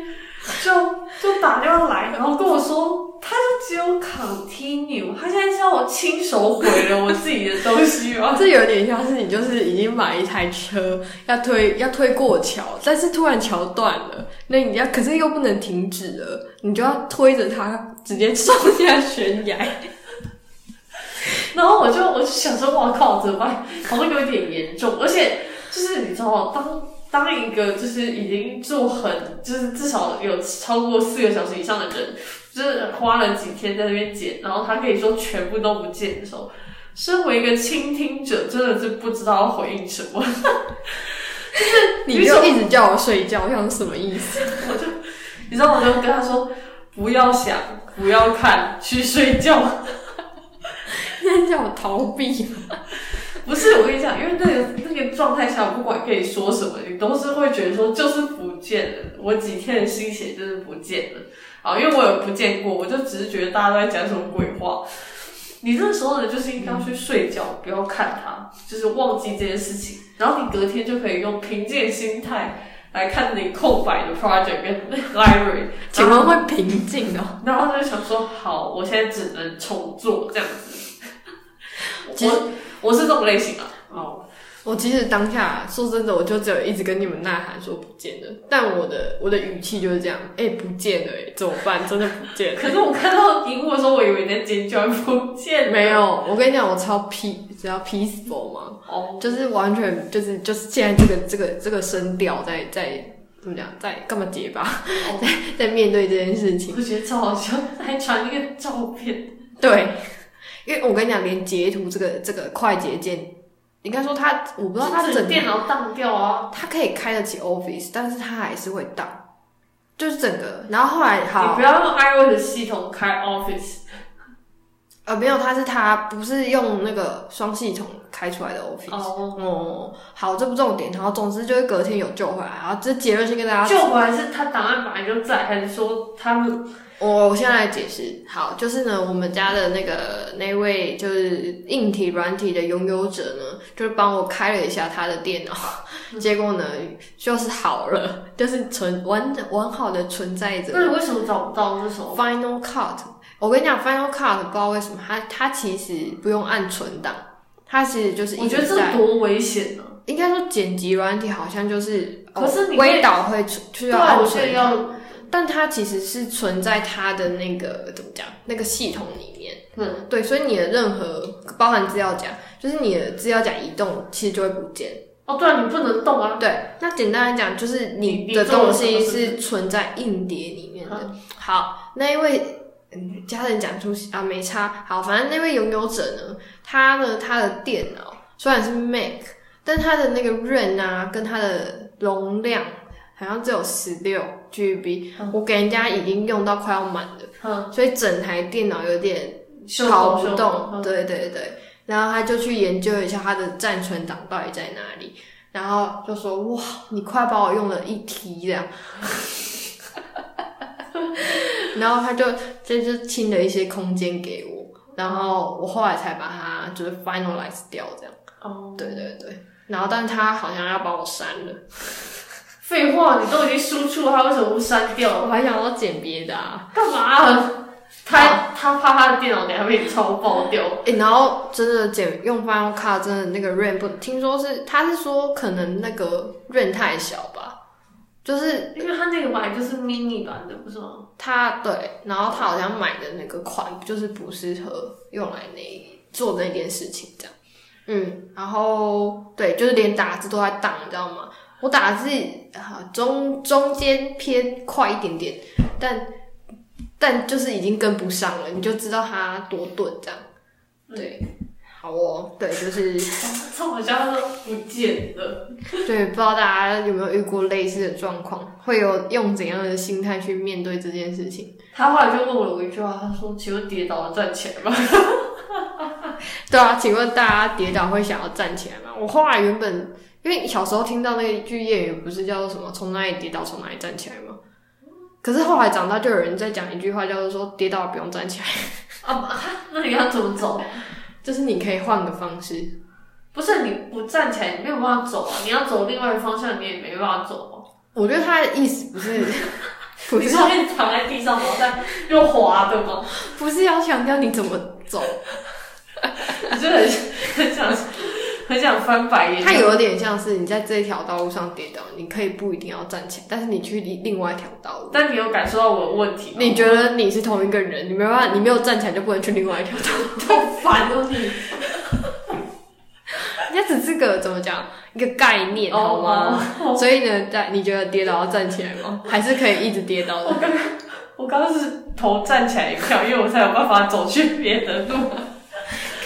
S2: 就就打电话来，然后跟我说，他就只有 continue，他现在是要我亲手毁了我自己的东西哦吗？
S1: 哦这有点像是你就是已经买一台车要推要推过桥，但是突然桥断了，那你要可是又不能停止了，你就要推着它直接冲下悬崖。
S2: 然后我就我就想说，哇靠，怎么办？好像有点严重，而且就是你知道吗？当当一个就是已经做很就是至少有超过四个小时以上的人，就是花了几天在那边剪，然后他可以说全部都不见的时候，身为一个倾听者，真的是不知道要回应什么。
S1: 你就一直叫我睡觉，我想什么意思？
S2: 你知道，我就跟他说不要想，不要看，去睡觉。
S1: 那叫我逃避
S2: 啊
S1: 吗？
S2: 不是，我跟你讲，因为那个那个状态下，我不管跟你说什么，你都是会觉得说就是不见了，我几天的心血就是不见了啊！因为我有不见过，我就只是觉得大家都在讲什么鬼话。你那时候呢，就是应该要去睡觉，不要看它，就是忘记这件事情，然后你隔天就可以用平静的心态来看你空白的 project 跟 library，
S1: 请问会平静哦？
S2: 然后就想说，好，我现在只能重做这样子。
S1: 其实
S2: 我我是这种类型啊，
S1: 哦，我其实当下说真的，我就只有一直跟你们呐喊说不见了，但我的我的语气就是这样，哎、不见了、哎，怎么办？真的不见了。
S2: 可是我看到荧幕的时候，我以为你在尖叫，不见了
S1: 没有，我跟你讲，我超 p 只要 peaceful 嘛，
S2: 哦，
S1: 就是完全就是就是现在这个这个这个声调在在怎么讲，在干嘛结巴， 在在面对这件事情。
S2: 我觉得超好笑，还传那个照片，
S1: 对，因为我跟你讲，连截图这个这个快捷键，应该说它，我不知道它
S2: 就是
S1: 整
S2: 电脑当掉啊，
S1: 它可以开得起 Office，但是它还是会当，就是整个。然后后来
S2: 你
S1: 好，
S2: 不要用 iOS 的系统开 Office，
S1: 呃，没有，它是它不是用那个双系统开出来的 Office。
S2: 哦，
S1: 哦，好，这不重点。然后总之就是隔天有救回来，然后这结论先跟大家
S2: 就回来是他档案本来就在，还是说他们
S1: 我我现在来解释，好，就是呢，我们家的那个那位就是硬体软体的拥有者呢，就是帮我开了一下他的电 脑，结果呢就是好了，就是存完完好的存在着
S2: 那你为什么找不到那时候？
S1: Final Cut。我跟你讲，Final Cut 不知道为什么它它其实不用按存档，它其实就是一
S2: 我觉
S1: 直
S2: 得这
S1: 在。
S2: 多危险啊呢、
S1: 应该说剪辑软体好像就是，呃
S2: 可是你可以
S1: 微导会出需
S2: 对
S1: 要
S2: 啊，
S1: 按
S2: 我觉得
S1: 存档。
S2: 要
S1: 但它其实是存在它的那个怎么讲，那个系统里面。
S2: 嗯，
S1: 对，所以你的任何包含资料夹，就是你的资料夹移动，其实就会不见。
S2: 哦，对啊，你不能动啊，
S1: 对，那简单来讲，就是
S2: 你
S1: 你
S2: 你
S1: 的
S2: 做了
S1: 东
S2: 什么
S1: 西
S2: 事嗯
S1: 是存在硬碟里面的。好，那一位嗯，家人讲出啊没差。好，反正那位拥有者呢，他呢他的电脑虽然是 Mac，但他的那个 RAM 啊，跟他的容量好像只有十六 GB，、我给人家已经用到快要满了，
S2: 嗯，
S1: 所以整台电脑有点。
S2: 修
S1: 跑
S2: 修
S1: 不动，
S2: 嗯
S1: 对对对。然后他就去研究一下他的暂存档到底在哪里，然后就说：“哇，你快把我用了一提这样。” 然后他就这就清了一些空间给我，然后我后来才把它就是 finalize 掉这样。
S2: 哦，
S1: 对对对。然后，但他好像要把我删了，
S2: 废话，你都已经输出了，他为什么不删掉？
S1: 我还想要剪别的啊。
S2: 干嘛啊？他他怕他的电脑等下被你超爆掉。
S1: 欸，然后真的剪用 Final Cut 真的那个 RAM 不，听说是他是说可能那个 RAM 太小吧，就是
S2: 因为它那个本来就是 mini 版的，不是吗？
S1: 他对，然后他好像买的那个款就是不适合用来那做那件事情这样，嗯，然后对，就是连打字都在挡，你知道吗？我打字啊中中间偏快一点点，但但就是已经跟不上了，你就知道他多钝这样，对，好哦，对，就是。
S2: 超好笑，它都不见了。
S1: 对，不知道大家有没有遇过类似的状况，会有用怎样的心态去面对这件事情？
S2: 他后来就问我一句话，他说：“请问跌倒了站起来吧。
S1: 对啊，请问大家跌倒会想要站起来吗？我后来原本因为小时候听到那一句谚语，不是叫做什么“从哪里跌倒从哪里站起来”吗？可是后来长大就有人在讲一句话，叫做说“跌倒了不用站起来”，”
S2: 那你要怎么走？
S1: 就是你可以换个方式。
S2: 不是你不站起来，你没有办法走啊！你要走另外一个方向，你也没办法走啊。
S1: 我觉得他的意思不是， 不
S2: 你
S1: 是
S2: 说面躺在地上，然后再又滑的吗？
S1: 不是要强调你怎么走，
S2: 你就很很想很想翻白眼。
S1: 它有点像是你在这一条道路上跌倒，你可以不一定要站起来，但是你去另另外一条道路。
S2: 但你有感受到我的问题吗？
S1: 你觉得你是同一个人，你没办法，你没有站起来就不能去另外一条道路。
S2: 好烦哦你！
S1: 人家只是个怎么讲一个概念，哦好吗？
S2: 哦
S1: 所以呢，在你觉得跌倒要站起来 吗？还是可以一直跌倒的？
S2: 我刚刚是头站起来一跳，因为我才有办法走去别的路。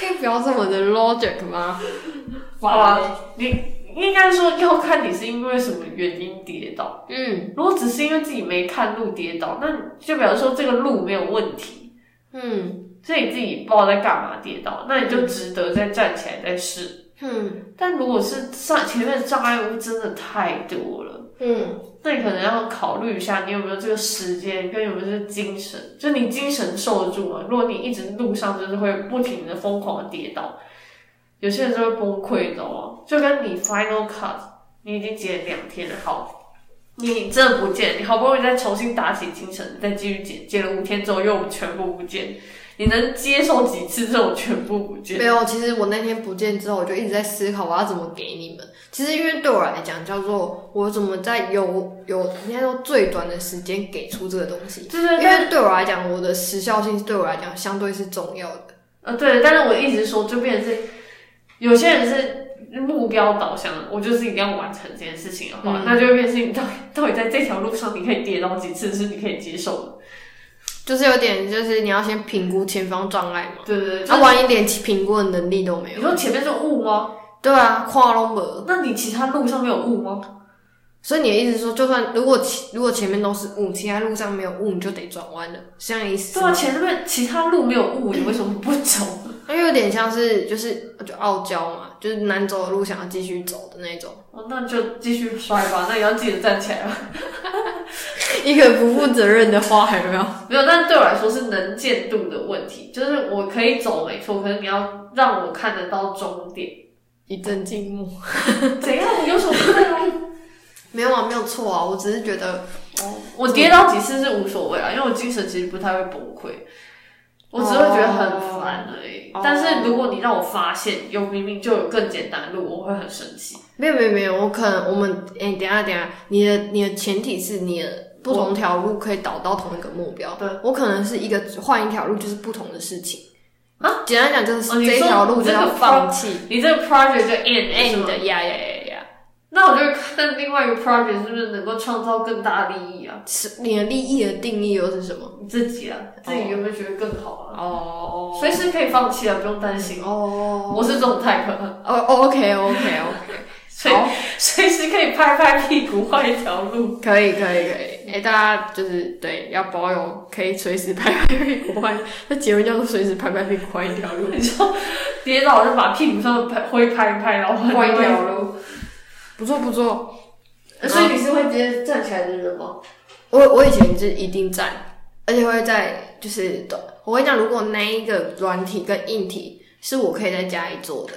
S1: 可以不要这么的 logic 吗？
S2: 好
S1: 啊
S2: 吧，你应该说要看你是因为什么原因跌倒。
S1: 嗯
S2: 如果只是因为自己没看路跌倒，那就表示说这个路没有问题，
S1: 嗯
S2: 所以你自己不知道在干嘛跌倒，那你就值得再站起来再试。
S1: 嗯
S2: 但如果是上前面的障碍物真的太多了。
S1: 嗯，
S2: 那你可能要考虑一下，你有没有这个时间，跟有没有这个精神，就你精神受得住吗？如果你一直路上就是会不停的疯狂的跌倒，有些人就会崩溃，你知道吗？就跟你 final cut，你已经剪两天了，好，你真的不见，你好不容易再重新打起精神，再继续剪，剪了五天之后又全部不见，你能接受几次这种全部不见？
S1: 没有。其实我那天不见之后，我就一直在思考我要怎么给你们。其实因为对我来讲，叫做我怎么在有有应该说最短的时间给出这个东西。
S2: 就是
S1: 因为对我来讲，我的时效性对我来讲相对是重要的。
S2: 呃，对，但是我一直说，就变成是有些人是目标导向，我就是一定要完成这件事情的话，那就会变成是你到底 到底在这条路上，你可以跌倒几次是你可以接受的。
S1: 就是有点，就是你要先评估前方障碍嘛，
S2: 对对对，就
S1: 那、啊
S2: 是
S1: 万一连评估的能力都没
S2: 啊你
S1: 有，
S2: 说前面是雾吗？
S1: 对啊，跨龙门。
S2: 那你其他路上没有雾吗？
S1: 所以你的意思是说，就算如果其如果前面都是雾，其他路上没有雾，你就得转弯了，是这样意思
S2: 对
S1: 吗？
S2: 啊，前面其他路没有雾，你为什么不走？
S1: 那有点像是就是就傲娇嘛，就是难走的路想要继续走的那种，
S2: 哦，那就继续摔吧，那也要记得站起来吧。
S1: 一个不负责任的话，有没有？
S2: 没有，但是对我来说是能见度的问题，就是我可以走没错，可是你要让我看得到终 点。
S1: 一阵静默。
S2: 怎样？你有什么不对吗？
S1: 没有啊，没有错啊，我只是觉得，
S2: 哦，我跌倒几次是无所谓啦，啊因为我精神其实不太会崩溃，我只会觉得很烦而已。
S1: 哦
S2: 但是如果你让我发现有明明就有更简单的路，我会很生气。
S1: 没有没有没有，我可能我们哎、等一下等一下，你的你的前提是你的不同条路可以导到同一个目标。
S2: 对，
S1: 我可能是一个换一条路就是不同的事情
S2: 啊。
S1: 简单讲就
S2: 哦
S1: 是
S2: 你说
S1: 这一条路就
S2: 这
S1: 要
S2: 个
S1: 放弃
S2: 你这个 project 就 end end
S1: ，end
S2: 的，
S1: 呀呀呀呀，
S2: 那我就看另外一个 project 是不是能够创造更大利益啊？
S1: 是你的利益的定义又是什么？
S2: 你自己啊，自己有没有觉得更好啊？
S1: 哦
S2: 随时可以放弃啊，不用担心。
S1: 哦
S2: 我是这种 type，
S1: 哦，OK OK OK，
S2: 随
S1: 好，
S2: 随时可以拍拍屁股换一条路。
S1: 可以可以可以，哎、大家就是对要保有可以随时拍拍屁股换，那结论叫做随时拍拍屁股换一条路，
S2: 你说跌倒就把屁股上的拍灰拍一拍，然后
S1: 换一条
S2: 路。
S1: 不错不错，
S2: 呃所以你是会直接站起来的人吗？
S1: 我我以前是一定站，而且会在就是的，我跟你讲，如果那一个软体跟硬体是我可以在家里做的，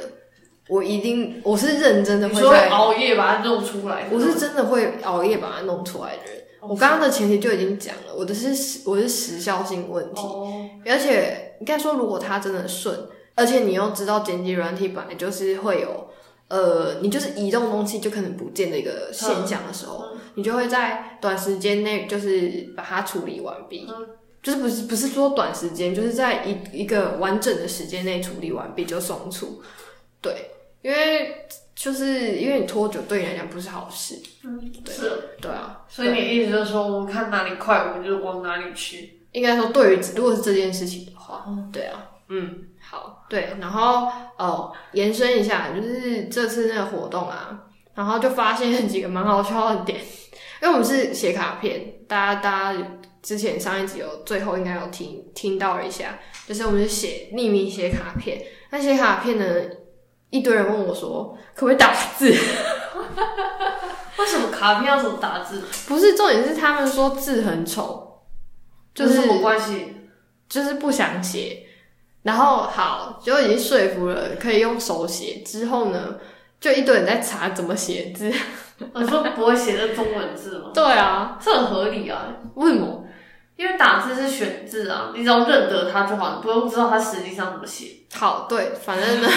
S1: 我一定我是认真的
S2: 你
S1: 会
S2: 说
S1: 在，
S2: 熬夜把它弄出来，哦
S1: 我是真的会熬夜把它弄出来的人。我刚刚的前提就已经讲了，我的是时我是时效性问题，
S2: 哦，
S1: 而且应该说，如果它真的顺，而且你又知道剪辑软体本来就是会有，呃，你就是移动东西就可能不见的一个现象的时候，你就会在短时间内就是把它处理完毕。就是不是不是说短时间，就是在一一个完整的时间内处理完毕就送出，对，因为就是因为你拖久对你来讲不是好事，对
S2: 是。
S1: 对啊，
S2: 嗯所以你意思就是说，我们看哪里快，我们就往哪里去。
S1: 应该说，对于如果是这件事情的话，对啊，嗯，好，对，然后哦，延伸一下，就是这次那个活动啊，然后就发现几个蛮好笑的点， 因为我们是写卡片，大家大家之前上一集有最后应该有听听到一下，就是我们是写匿名写卡片，那写卡片呢，一堆人问我说可不可以打字，
S2: 为什么卡片要怎么打字？
S1: 不是重点是他们说字很丑，就
S2: 有
S1: 是
S2: 什么关系？
S1: 就是不想写，然后好就已经说服了可以用手写，之后呢，就一堆人在查怎么写字，
S2: 我说不会写这中文字吗？
S1: 对啊，
S2: 这很合理啊，
S1: 为什么？
S2: 因为打字是选字啊，你只要认得它就好，你不用知道它实际上怎么写。
S1: 好，对，反正呢，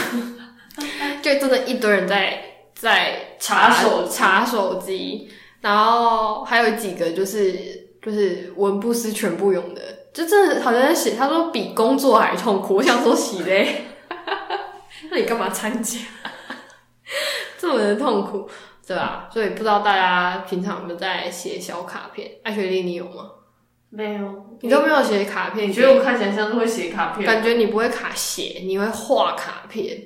S1: 就真的一堆人在在
S2: 查手机
S1: 查手机，然后还有几个就是就是文不思全不勇的，就真的好像在写，他说比工作还痛苦，我想说洗嘞， 那你干嘛参加？ 这么的痛苦，对吧？所以不知道大家平常有没有在写小卡片？艾雪莉，你有吗？
S2: 没有，
S1: 你都没有写卡片，
S2: 你觉得我看起来像是会写卡片？
S1: 感觉你不会卡写，你会画卡片，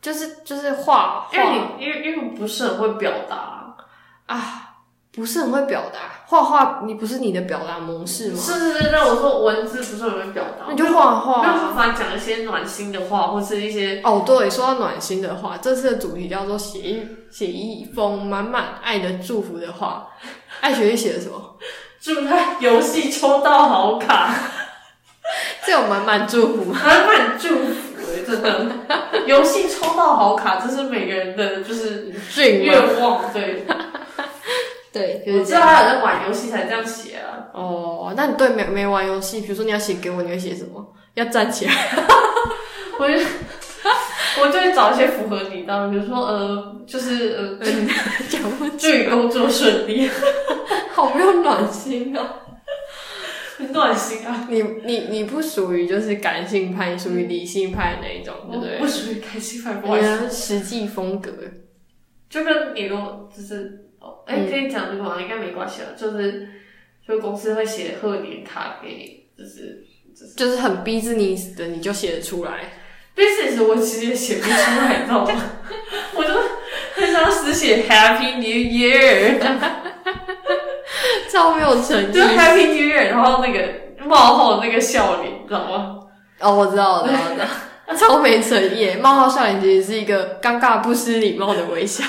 S1: 就是就是画
S2: 因为
S1: 画
S2: 你因为因为我不是很会表达，
S1: 啊，不是很会表达。画画你不是你的表达模式
S2: 是
S1: 吗？
S2: 是是，但我说文字不是很会表达，
S1: 那你就画
S2: 没有
S1: 画。
S2: 办法讲一些暖心的话，或是一些
S1: 哦，对，说到暖心的话，这次的主题叫做写一写一封满满爱的祝福的话。爱学习写的什么？
S2: 祝他游戏抽到好卡，
S1: 这有满满祝福吗？
S2: 满满祝福、欸，真的，游戏抽到好卡，这是每个人的就是
S1: 俊吗？
S2: 愿望，对，
S1: 对，就
S2: 我
S1: 是
S2: 知
S1: 这
S2: 道
S1: 样。
S2: 他有在玩游戏才这样写啊，
S1: 哦，那你对没没玩游戏，比如说你要写给我，你会写什么？要站起来。
S2: 我就我就会找一些符合你的，比如说呃，就是呃，
S1: 讲不
S2: 祝你工作顺利，
S1: 好没有暖心哦。
S2: 很暖心啊。
S1: 你你你不属于就是感性派，你属于理性派那一种，对
S2: 我
S1: 不对
S2: 不？属于开心快不
S1: 你
S2: 开心，
S1: 的实际风格
S2: 就跟你跟我就是，哦，哎、跟你讲这个嘛，应该没关系了，就是就公司会写贺年卡给你，就是。
S1: 就是很逼着你死的，你就写得出来。
S2: business 我其实也写不出来，你知道吗？我就很想死写 Happy New Year，
S1: 超没有诚意
S2: 就是 Happy New Year，然后那个冒号那个笑脸，你知道吗？
S1: 哦，我知道，我知道， 我知道。超没诚意耶，冒号笑脸其实是一个尴尬不失礼貌的微笑，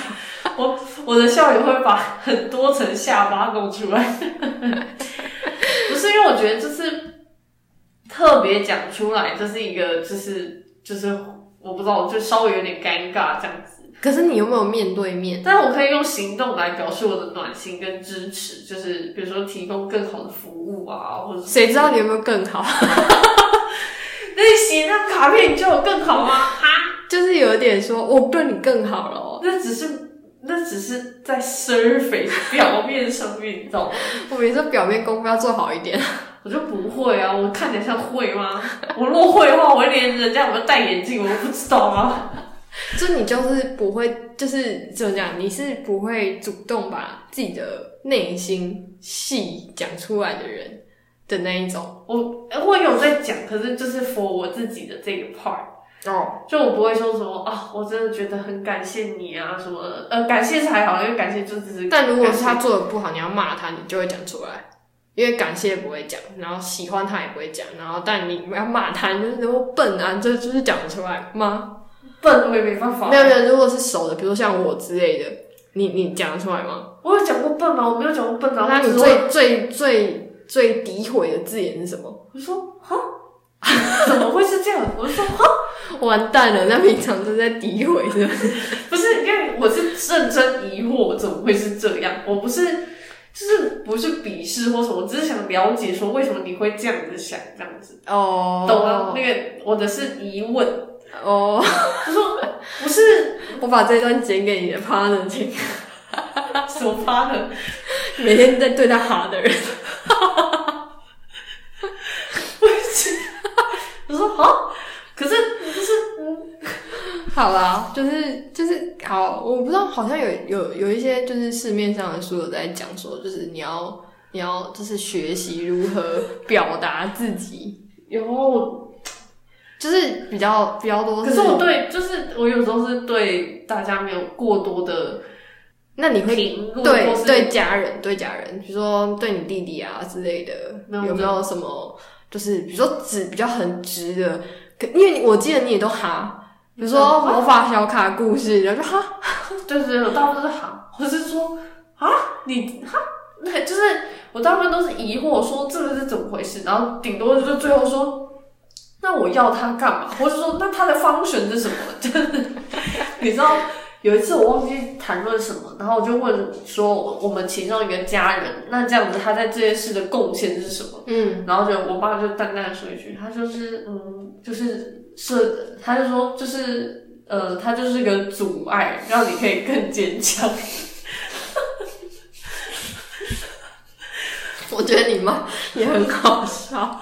S2: 我我的笑脸会把很多层下巴弄出来，不是因为我觉得就是特别讲出来，这是一个就是就是我不知道，就稍微有点尴尬这样子。
S1: 可是你有没有面对面？
S2: 但我可以用行动来表示我的暖心跟支持，就是比如说提供更好的服务啊，或者
S1: 谁知道你有没有更好？
S2: 那你写那卡片，你就有更好吗？啊，
S1: 就是有点说我对你更好了哦，
S2: 那只是那只是在 surface 表面上面，你知道吗？
S1: 我每次表面功夫要做好一点。
S2: 我就不会啊，我看起来像会吗？我若会的话，我连人家有没有戴眼镜，我都不知道啊。
S1: 就你就是不会，就是怎么讲，你是不会主动把自己的内心戏讲出来的人的那一种
S2: 我我有在讲，可是就是 for 我自己的这个 part。
S1: 哦。
S2: 就我不会说什么啊，我真的觉得很感谢你啊，什么的呃，感谢是还好，因为感谢就只是。
S1: 但如果是
S2: 感
S1: 他做的不好，你要骂他，你就会讲出来，因为感谢不会讲，然后喜欢他也不会讲，然后但你要骂他，你就是我笨啊，这就是讲得出来吗？啊
S2: 谢笨，我也没办法。
S1: 没有没有，如果是熟的，比如说像我之类的，你你讲得出来吗？
S2: 我有讲过笨吗？我没有讲过笨啊，
S1: 那
S2: 我
S1: 你
S2: 只会
S1: 最最最最诋毁的字眼是什么？
S2: 我说哈， 怎么会是这样？我说
S1: 完蛋了，那平常都在诋毁是吧？
S2: 不是，因为我是认真疑惑，怎么会是这样？我不是，就是不是鄙视或什么，我只是想了解说为什么你会这样子想，这样子，
S1: 哦
S2: 懂吗？？那个我的是疑问，
S1: 哦，
S2: 就说不是
S1: 我把这段剪给你的 partner 听，
S2: 什么发的，
S1: 每天在对他哈的人，
S2: 我说哈，可是
S1: 好啦，就是就是好，我不知道，好像有有有一些就是市面上的书有在讲说，就是你要你要就是学习如何表达自己，
S2: 有我，
S1: 就是比较比较多。
S2: 可是我，对，就是我有时候是对大家没有过多的
S1: 那你会
S2: 评论，或
S1: 对
S2: 是
S1: 对家人对家人，比如说对你弟弟啊之类的，
S2: 没有
S1: 有没有什么就是比如说直比较很直的？可因为我记得你也都哈，比如说
S2: 嗯
S1: 魔法小卡故事，然后就哈。
S2: 就是我大部分都是哈，我是说啊，你哈，对，就是我大部分都是疑惑，说这个是怎么回事，然后顶多就最后说， 那我要它干嘛，或是说那它的方选是什么，就是你知道，有一次我忘记谈论什么，然后我就问说我们其中一个家人，那这样子他在这件事的贡献是什么？嗯，然后就我爸就淡淡的说一句，他就是嗯，就是是，他就说就是呃，他就是个阻碍，让你可以更坚强。
S1: 我觉得你妈也很好笑。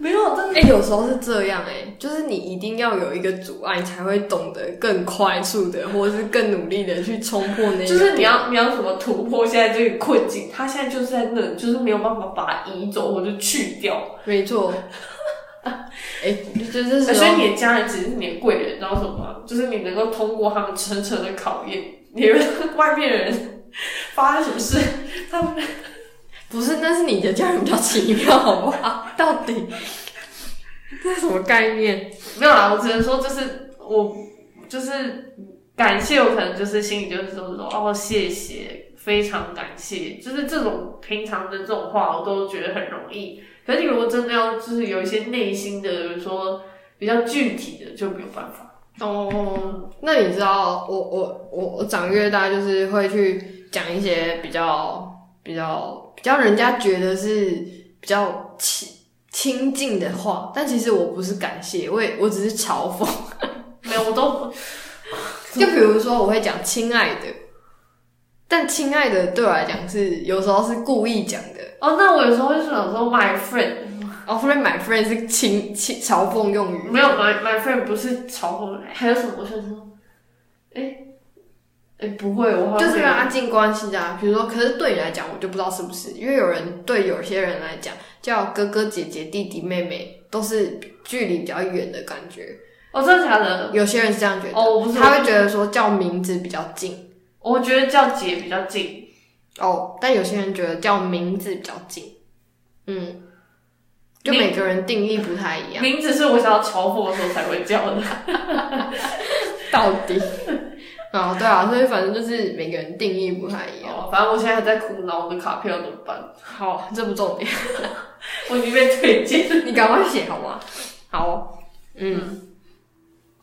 S2: 没有，真的
S1: 哎、有时候是这样哎、就是你一定要有一个阻碍，你才会懂得更快速的，或者是更努力的去冲破那个。
S2: 就是你要你要怎么突破现在这个困境？他现在就是在那，就是没有办法把它移走或者去掉。
S1: 没错。 哎、就是这时
S2: 所以
S1: 候
S2: 你的家人其实是你的贵人，你知道什么吗？就是你能够通过他们层层的考验，你们外面人发生什么事，他们
S1: 不是，但是你的家人比较奇妙，好不好？ 到底这是什么概念？
S2: 没有啦。我只能说，就是我就是感谢，我可能就是心里就是说说哦，谢谢，非常感谢，就是这种平常的这种话，我都觉得很容易。可是你如果真的要，就是有一些内心的，比如说比较具体的，就没有办法。嗯
S1: 哦，那你知道，我我我我长越大，就是会去讲一些比较比较比较人家觉得是比较亲亲近的话，但其实我不是感谢，我也我只是嘲 讽。
S2: 没有，我都
S1: 就比如说，我会讲“亲爱的”，但“亲爱的”对我来讲是有时候是故意讲的。
S2: 哦，那我有时候就想说，my friend，
S1: 哦，所以 my friend 是亲亲嘲讽用语，
S2: 没有 my my friend 不是嘲讽，还有什么？我想说，哎、哎、不会，我好像
S1: 就是
S2: 没有
S1: 拉近关系的、啊。比如说，可是对你来讲，我就不知道是不是，因为有人对有些人来讲，叫哥哥、姐姐、弟弟、妹妹都是距离比较远的感觉。
S2: 哦，真的假的？
S1: 有些人是这样觉得，
S2: 哦我不是
S1: 他会觉得说叫名字比较近
S2: 我觉得叫姐比较近，
S1: 哦，但有些人觉得叫名字比较近，嗯，就
S2: 你
S1: 每个人定义不太一样。
S2: 名字是我想要嘲讽的时候才会叫的。
S1: 到 底。啊，对啊，所以反正就是每个人定义不太一样。
S2: 哦，反正我现在还在苦恼我的卡片要怎么办，
S1: 好，这不重点，
S2: 我已经被推 荐。
S1: 你赶快写好吗？好，嗯，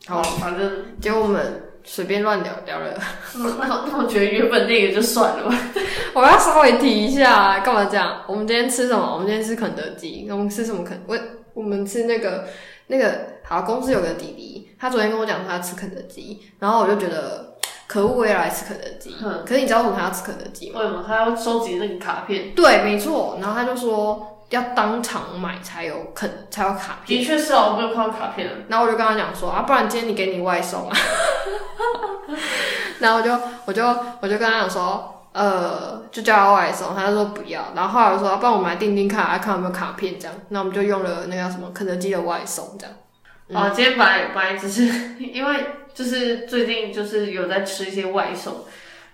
S1: 好，
S2: 反 正嗯
S1: 结果我们随便乱聊聊了。
S2: 那那我觉得原本那个就算了吧。
S1: 我要稍微提一下，干嘛这样？我们今天吃什么？我们今天吃肯德基。我们吃什么肯？我我们吃那个那个。好，公司有个弟弟，他昨天跟我讲说他吃肯德基，然后我就觉得可恶，我也来吃肯德基。
S2: 嗯
S1: 可是你知道为什么他要吃肯德基吗？
S2: 为什么他要收集那个卡片？
S1: 对，没错。然后他就说要当场买才有肯才有卡片。
S2: 的确是啊，我没有看到卡片啊。
S1: 然后我就跟他讲说啊，不然今天你给你外送啊。 然后我就我就我就跟他讲说，呃，就叫他外送，他就说不要。然后后来我说，啊不然我们来订订看，啊看有没有卡片这样。那我们就用了那个叫什么肯德基的外送这样。嗯
S2: 啊，今天本来本来只是 因为就是最近就是有在吃一些外送，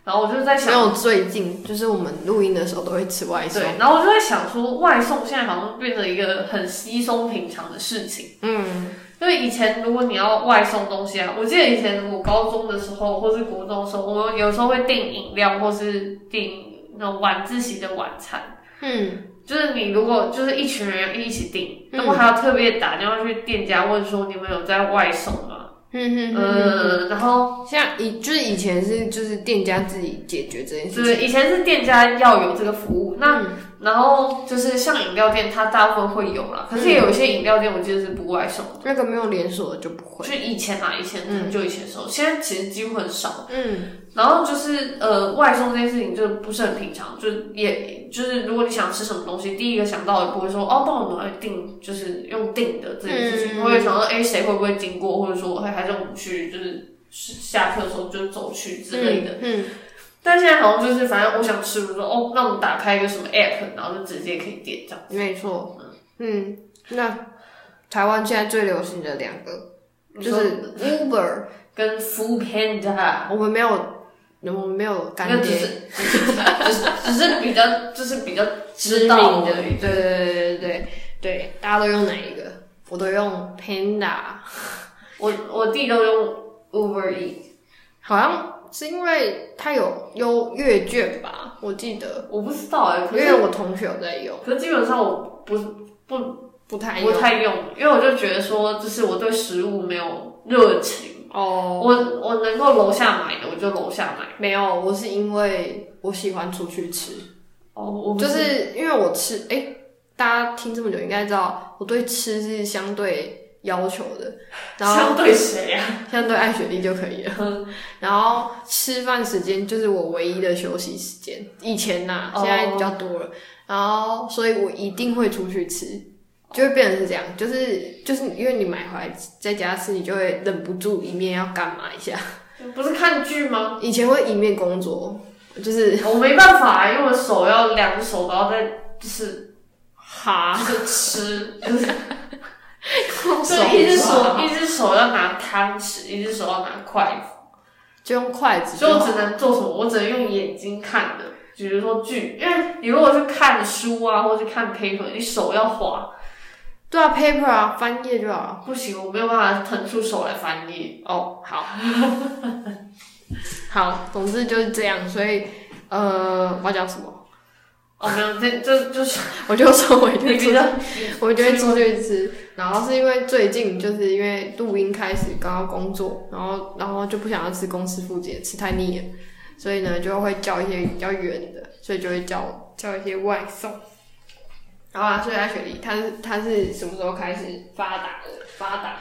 S2: 然后我就在
S1: 没
S2: 想，
S1: 有最近就是我们录音的时候都会吃外送，
S2: 对，然后我就在想说，外送现在好像变成一个很稀松平常的事情。
S1: 嗯，
S2: 因为以前如果你要外送东西啊，我记得以前我高中的时候或是国中的时候，我们有时候会订饮料或是订那种晚自习的晚餐。
S1: 嗯，
S2: 就是你如果就是一群人一起订，
S1: 嗯
S2: 那么还要特别打电话去店家问说你们有在外送吗？
S1: 嗯
S2: 嗯，然后
S1: 像以就是以前是就是店家自己解决这件事
S2: 就
S1: 情，
S2: 是以前是店家要有这个服务，那、
S1: 嗯
S2: 然后就是像饮料店，它大部分会有啦，可是也有一些饮料店我记得是不外送的，
S1: 那个没有连锁的就不会。
S2: 就以前啊，以前很久以前的时候，现在其实几乎很少。
S1: 嗯
S2: 然后就是呃，外送这件事情就不是很平常，就也就是如果你想吃什么东西，第一个想到也不会说哦，帮我们来订，就是用订的这件事情，
S1: 嗯
S2: 我也想说，哎，谁会不会经过，或者说哎还是我们去就是下课的时候就走去之类的。
S1: 的，嗯
S2: 但现在好像就是，反正我想吃，我说哦，那我们打开一个什么 app，然后就直接可以点这样。
S1: 没错，嗯，那台湾现在最流行的两个
S2: 你
S1: 就
S2: 说
S1: 是 Uber，啊
S2: 跟 Food Panda，
S1: 我们没有，我们没有
S2: 那
S1: 干
S2: 只
S1: 爹
S2: 是只是只是比较就是比较
S1: 知
S2: 知
S1: 名
S2: 道
S1: 的
S2: 而，
S1: 对
S2: 已
S1: 对对对对对，大家都用哪一个？我都用 Panda，
S2: 我我弟都用 Uber E，
S1: 好像是因为它有优阅卷吧，我记得，
S2: 我不知道哎、
S1: 因
S2: 可
S1: 为
S2: 是
S1: 我同学有在用，
S2: 可是基本上我不
S1: 不太
S2: 不
S1: 用，
S2: 太用，因为我就觉得说，就是我对食物没有热情。
S1: 哦，
S2: 我我能够楼下买的，我就楼下买。
S1: 没有，我是因为我喜欢出去吃，
S2: 哦，我
S1: 就
S2: 不
S1: 是因为我吃，哎、大家听这么久应该知道，我对吃是相对要求的，然后
S2: 相对谁啊嗯呀、
S1: 相对爱雪莉就可以了。 然后吃饭时间就是我唯一的休息时间，以前呐、
S2: 哦
S1: 现在比较多了。然后，所以我一定会出去吃，就会变成是这样，就是就是因为你买回来在家吃，你就会忍不住一面要干嘛一下。
S2: 不是看剧吗？
S1: 以前会一面工作，就是
S2: 我没办法，因为我手要两只手都要在，就是
S1: 哈，
S2: 就是吃，就是
S1: 手
S2: 对，一只手
S1: 抓
S2: 一只手要拿汤匙，一只手要拿筷子，
S1: 就用筷子
S2: 所以
S1: 就
S2: 我
S1: 好，
S2: 只能做什么？我只能用眼睛看的，比如说剧，因为你如果是看书啊，或是看 paper，你手要滑，
S1: 对啊，paper 啊，翻页就好了。
S2: 不行，我没有办法腾出手来翻页。
S1: 哦，好， 好，总之就是这样。所以，呃，我要讲什 么？
S2: 哦，没有，这这 就是
S1: 我就说我一定
S2: 你
S1: 会出去，
S2: 觉得
S1: 我就会出去吃。然后是因为最近就是因为录音开始刚要工作，然后然后就不想要吃公司附近的，吃太腻了，所以呢就会叫一些比较远的，所以就会叫叫一些外送。然后啊，所以阿雪莉，她是她是什么时候开始发达的？发达，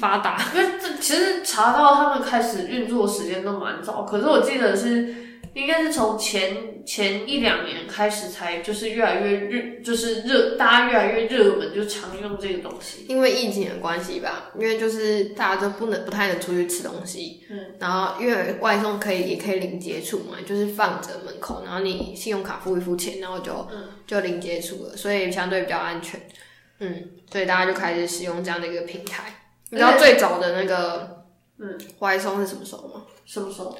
S1: 发达，
S2: 因为这其实查到他们开始运作时间都蛮早，可是我记得是应该是从前前一两年开始才就是越来越热，就是热，大家越来越热门，就常用这个东西。
S1: 因为疫情的关系吧，因为就是大家都不能不太能出去吃东西，嗯，然后因为外送可以也可以零接触嘛，就是放着门口，然后你信用卡付一付钱，然后就、就零接触了，所以相对比较安全，嗯，所以大家就开始使用这样的一个平台。你知道最早的那个嗯外送是什么时候吗？
S2: 什么时候？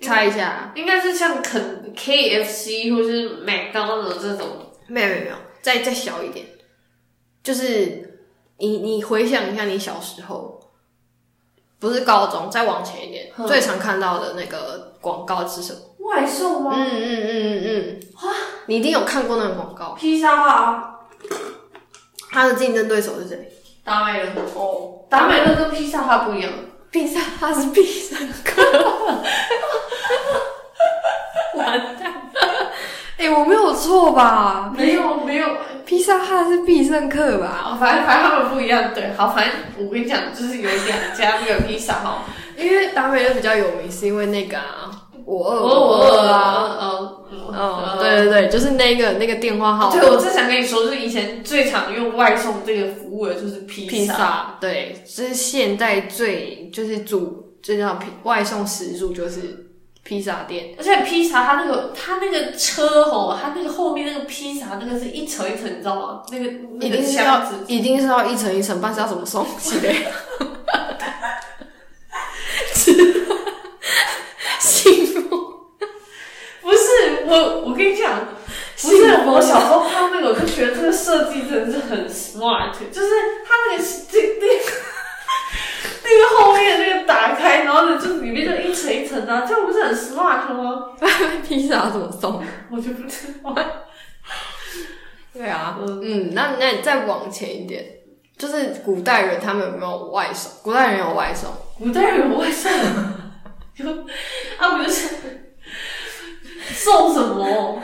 S1: 猜一下，啊
S2: 应该是像肯 KFC 或是麦当劳这种，
S1: 没有没有没有，再再小一点，就是你你回想一下你小时候，不是高中，再往前一点，
S2: 嗯
S1: 最常看到的那个广告是什么？
S2: 外送
S1: 嗯嗯嗯嗯嗯，你一定有看过那个广告，
S2: 披萨啊，
S1: 它的竞争对手是谁？
S2: 达美乐哦，达美乐跟披萨它不一样。
S1: 必胜它是必胜客，完蛋！哎、我没有错吧？
S2: 没有没有，
S1: 披萨哈是必胜客吧？
S2: 啊，反正反正他们不一样，对，好，反正我跟你讲，就是有两家那个披萨哈，
S1: 因为达美乐比较有名，是因为那个啊，我
S2: 我
S1: 饿
S2: 我
S1: 饿啊，
S2: 嗯嗯
S1: 哦，对对对，就是那个那个电话号
S2: 对，我正想跟你说，就是以前最常用外送这个服务的就是披
S1: 披
S2: 萨，
S1: 萨，对，就是现在最就是主就叫披外送时数就是披萨店，
S2: 而且披萨它那个它那个车吼，它那个后面那个披萨那个是一层一层，你知道吗？那个那
S1: 一
S2: 个
S1: 定是
S2: 箱
S1: 要
S2: 子，
S1: 一定是要一层一层，不然是要怎么送起 来？幸福，
S2: 不是我我跟你讲，不
S1: 幸
S2: 是
S1: 福
S2: 我小时候看那个，我就觉得这个设计真的是很 smart，就是它那个这那个那个后面那个打开，然后呢就里面就一层一层的啊、这样不是很 smart 吗？
S1: 披萨要怎么送？
S2: 我就不知道。
S1: 对啊，
S2: 嗯
S1: 嗯，那那你再往前一点，就是古代人他们有没有外送？古代人有外送，
S2: 古代人外送， 就啊不就是送什么？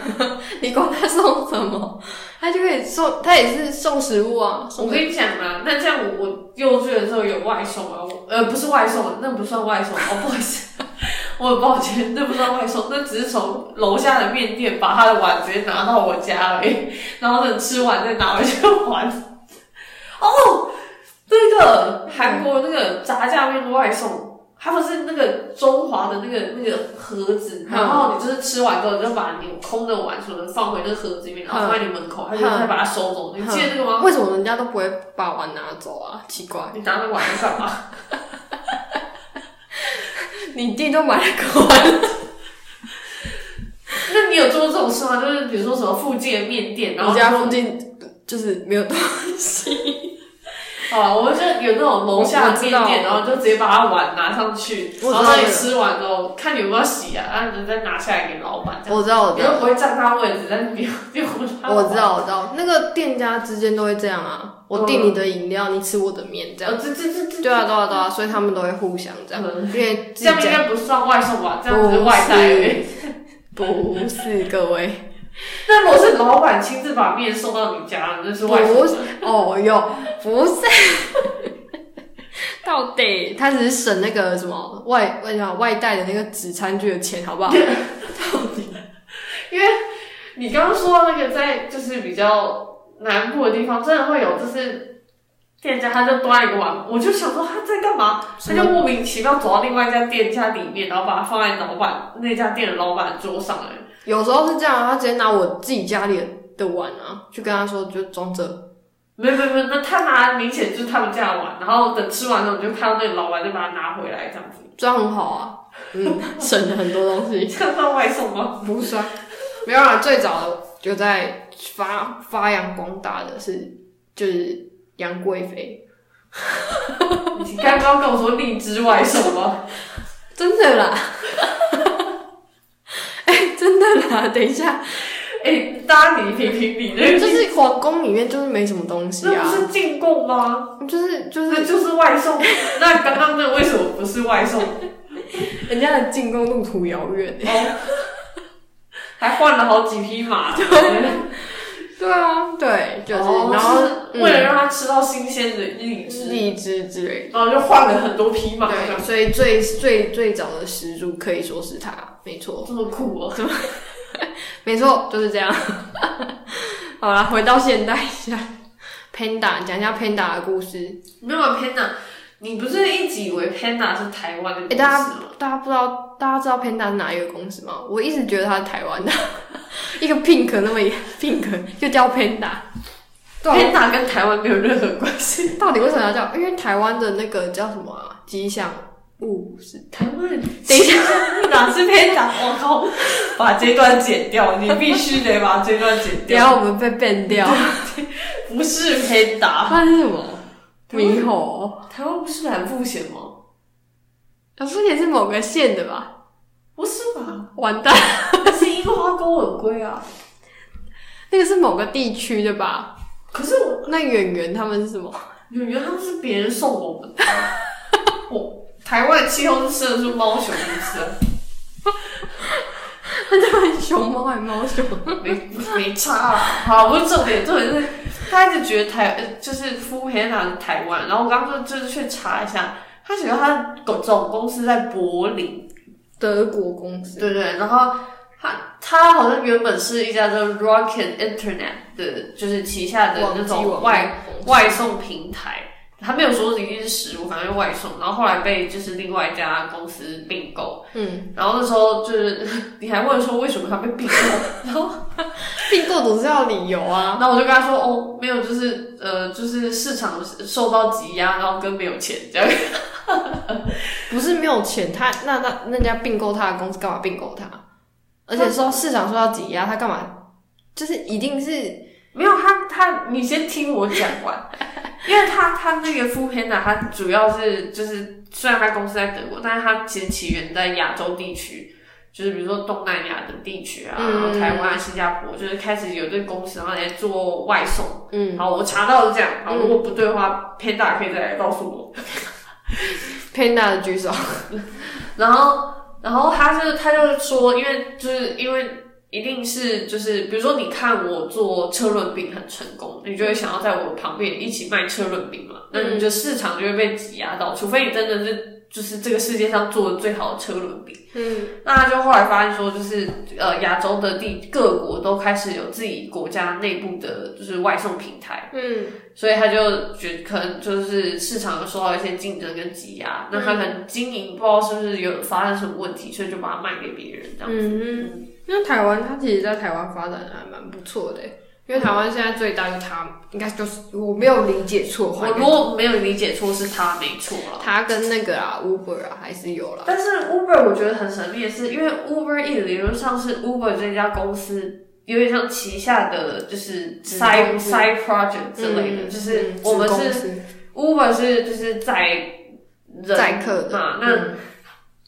S1: 你管他送什么，他就可以送，他也是送食物啊。
S2: 我
S1: 送
S2: 跟你讲啦，那这样我我幼稚园的时候有外送啊，我呃不是外送，那不算外送，哦不好意思， 我很抱歉，那不算外送，那只是从楼下的面店把他的碗直接拿到我家而已，然后等吃完再拿回去还。哦，那个韩国那个炸酱面外送，它不是那个中华的那个那个盒子，
S1: 嗯
S2: 然后你就是吃完之后，你就把你空的碗什么的放回那个盒子里面，然后放在你门口，它就再把它收走。你记得那个吗？
S1: 为什么人家都不会把碗拿走啊？奇怪，
S2: 你拿那碗来干嘛？
S1: 你弟都买了 个碗，
S2: 那你有做过这种事吗？就是比如说什么附近的面店，然后
S1: 我家附近就是没有东西。
S2: 啊，好了，我们就有那种楼下的
S1: 我知
S2: 面
S1: 道
S2: 店，然后就直接把它碗拿上去，
S1: 我知道
S2: 然后让你
S1: 那个
S2: 吃完之后看你有没有洗啊，然后你再拿下来给老板。这 样
S1: 我知道，我
S2: 你
S1: 知道
S2: 又，不会占他位置，但你又又不他。
S1: 我知，道，我知道，那个店家之间都会这样啊。我订
S2: 嗯
S1: 你的饮料，你吃我的面，这样。嗯
S2: 呃，这这这 这
S1: 对啊，对啊，对啊，所以他们都会互相这样，因为自己
S2: 这样应
S1: 家
S2: 该不算外送吧？这样只是外带而已。
S1: 不是各位。
S2: 那如果是老板亲自把面送到你家，那是外送
S1: 不
S2: 吗
S1: 是。 哦哟，不是， 到底他只是省那个什么外外讲外带的那个纸餐具的钱，好不好？
S2: 你刚刚说到那个在就是比较南部的地方，真的会有就是店家他就端一个碗，我就想说他在干嘛？他
S1: 什么
S2: 就莫名其妙走到另外一家店家里面，然后把它放在老板那家店的老板桌上哎、
S1: 有时候是这样啊，他直接拿我自己家里的碗啊，去跟他说就装着，
S2: 没有没有没有，那他拿明显就是他们家的碗，然后等吃完之后，你就看到那个老板就把它拿回来这样子，
S1: 这样很好啊， 嗯，省了很多东西。
S2: 你看到外送吗？
S1: 不是啊，没有啊，最早就在发发扬光大的是就是杨贵妃，
S2: 你刚刚跟我说荔枝外 送吗？
S1: 真的 啦，哎、真的啦，等一下。
S2: 哎、大家你评评理，那个
S1: 就是皇宫里面就是没什么东西
S2: 那不
S1: 啊，
S2: 是进贡吗？
S1: 就是就
S2: 那
S1: 是
S2: 就是外送。那刚刚那为什么不是外送？
S1: 人家的进攻路途遥远。
S2: 哦，还换了好几匹马，
S1: 对啊，对， 就是，
S2: 哦
S1: 然后
S2: 就是为了让他吃到新鲜的荔
S1: 嗯
S2: 枝，
S1: 荔枝之类的。
S2: 然后就换了很多匹马，
S1: 对，所以最最最早的始祖可以说是他，没错，
S2: 这么酷哦、
S1: 没错，就是这样。 好啦，回到现代一下，Panda 讲一下 Panda 的故事。
S2: 没有啊 Panda，你不是一直以为 Panda 是台湾
S1: 哎、
S2: 的公司
S1: 大家
S2: 吗？
S1: 大家不知道，大家知道 Panda 是哪一个公司吗？我一直觉得它是台湾的， 一个 pink 那么 pink 就叫 Panda。对啊
S2: Panda 跟台湾没有任何关系。
S1: 到底为什么要叫？因为台湾的那个叫什么啊？吉祥物是？
S2: 台湾人
S1: 等一下，
S2: 哪是 Panda？我靠，哦把这段剪掉，你必须得把这段剪
S1: 等一
S2: 掉。
S1: 下我们被 ban 掉。
S2: 不是 Panda，
S1: 它是什么？猕猴？
S2: 台湾不是蓝富贤吗？
S1: 啊，不也是某个县的吧？
S2: 不是吧？
S1: 完蛋，
S2: 那是樱花勾吻龟啊。
S1: 那个是某个地区的吧？
S2: 可是我
S1: 那演员他们是什么？
S2: 圆圆他们是别人送我们的，我台湾的气候是吃得出猫熊是不是？
S1: 熊猫还是猫熊？
S2: 没没差啊。好，不是重点，重点是他一直觉得台呃就是敷 Panda 是台湾，然后我刚刚就就是去查一下，他觉得他的总公司在柏林。
S1: 德国公司。
S2: 对对，然后他他好像原本是一家叫 Rocket Internet 的，就是旗下的那种外外送平台，他没有说一定是食物，反正就外送。然后后来被就是另外一家公司并购，
S1: 嗯，
S2: 然后那时候就是 你还问说为什么他被并购， 然后
S1: 并购总是要理由啊。
S2: 然后我就跟他说哦，没有，就是呃，就是市场受到挤压，然后跟没有钱这样。
S1: 不是没有钱，他那那那家并购他的公司干嘛并购他？而且说市场说要挤压，他干嘛？就是一定是
S2: 没有他他，你先听我讲 完，因为他他那个 f o o Panda，他主要是就是虽然他公司在德国，但是他其实起源在亚洲地区，就是比如说东南亚的地区啊，然后
S1: 嗯
S2: 台湾、啊、新加坡，就是开始有这个公司，然后来做外送。
S1: 嗯
S2: 好，我查到是这样，好，如果不对的话，Panda 可以再来告诉我。
S1: Panda 的举手，
S2: 然后然后他就他就说，因为就是因为。一定是就是，比如说你看我做车轮饼很成功，你就会想要在我旁边一起卖车轮饼嘛，那你的市场就会被挤压到，除非你真的是就是这个世界上做的最好的车轮饼。
S1: 嗯
S2: 那他就后来发现说，就是呃亚洲的地各国都开始有自己国家内部的就是外送平台，
S1: 嗯
S2: 所以他就觉得可能就是市场有受到一些竞争跟挤压，那他可能经营不知道是不是有发生什么问题，所以就把它卖给别人这样。
S1: 嗯哼，那台湾它其实，在台湾发展的还蛮不错的，欸因为台湾现在最大就它，应该就是我没有理解错的话，
S2: 我如果没有理解错是他没错啦，
S1: 它跟那个啊 Uber 啊还是有啦，
S2: 但是 Uber 我觉得很神秘的是，因为 Uber E 理论上是 Uber 这家公司有点像旗下的就是
S1: 子
S2: side
S1: 公司
S2: side project 之类的，就是
S1: 嗯
S2: 我们
S1: 子公
S2: 是
S1: 司
S2: Uber 是就是载人
S1: 载客的
S2: 嘛，那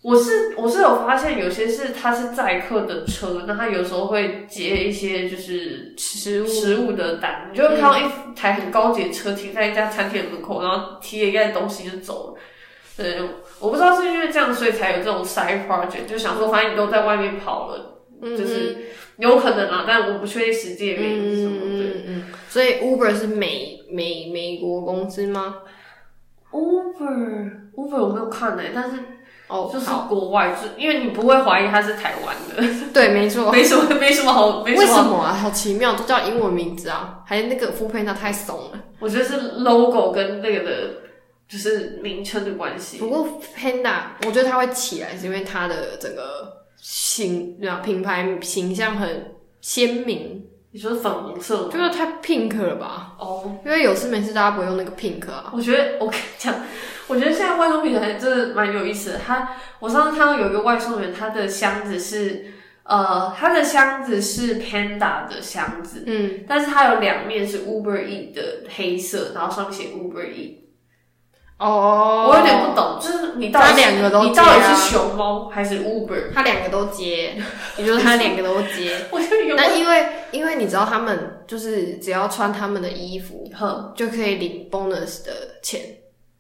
S2: 我是我是有发现有些是它是载客的车，那它有时候会接一些就是
S1: 食物嗯
S2: 食物的单，你就会看到一台很高级的车停在一家餐厅的门口，然后提了一袋东西就走了。对，我不知道是因为这样，所以才有这种 side project，就想说反正你都在外面跑了，
S1: 嗯
S2: 就是有可能啊，但我不确定实际的原因是什么。对
S1: 嗯嗯，所以 Uber 是美美美国公司吗？
S2: Uber Uber 我没有看呢、欸但是
S1: 哦，
S2: 就是
S1: 好
S2: 国外，就因为你不会怀疑它是台湾的，
S1: 对，没错。
S2: 没什么没什 么好，哦没
S1: 为
S2: 什么
S1: 什
S2: 好。
S1: 么啊？好奇妙，都叫英文名字啊，还那个 f o o p a n d a 太怂了。
S2: 我觉得是 logo 跟那个的，就是名称的关系。
S1: 不过 Panda，我觉得它会起来是因为它的整个形，对啊，品牌形象很鲜明，
S2: 你说粉红色吗？
S1: 就是太 pink 了吧？
S2: 哦，
S1: 因为有事没事大家不会用那个 pink 啊。
S2: 我觉得我跟你讲，我觉得现在外送平台真的蛮有意思的。他，我上次看到有一个外送员，他的箱子是。呃，他的箱子是 Panda 的箱子，
S1: 嗯，
S2: 但是它有两面是 Uber E 的黑色，然后上面写 Uber E，
S1: 哦，
S2: 我有点不懂，就是你到底
S1: 他哦两个都
S2: 你到底
S1: 接啊
S2: 是熊猫还是 Uber？
S1: 他两个都 接，也就是他两个都接。
S2: 我就有
S1: 那因为因为你知道他们就是只要穿他们的衣服
S2: 哼
S1: 就可以领 bonus 的钱，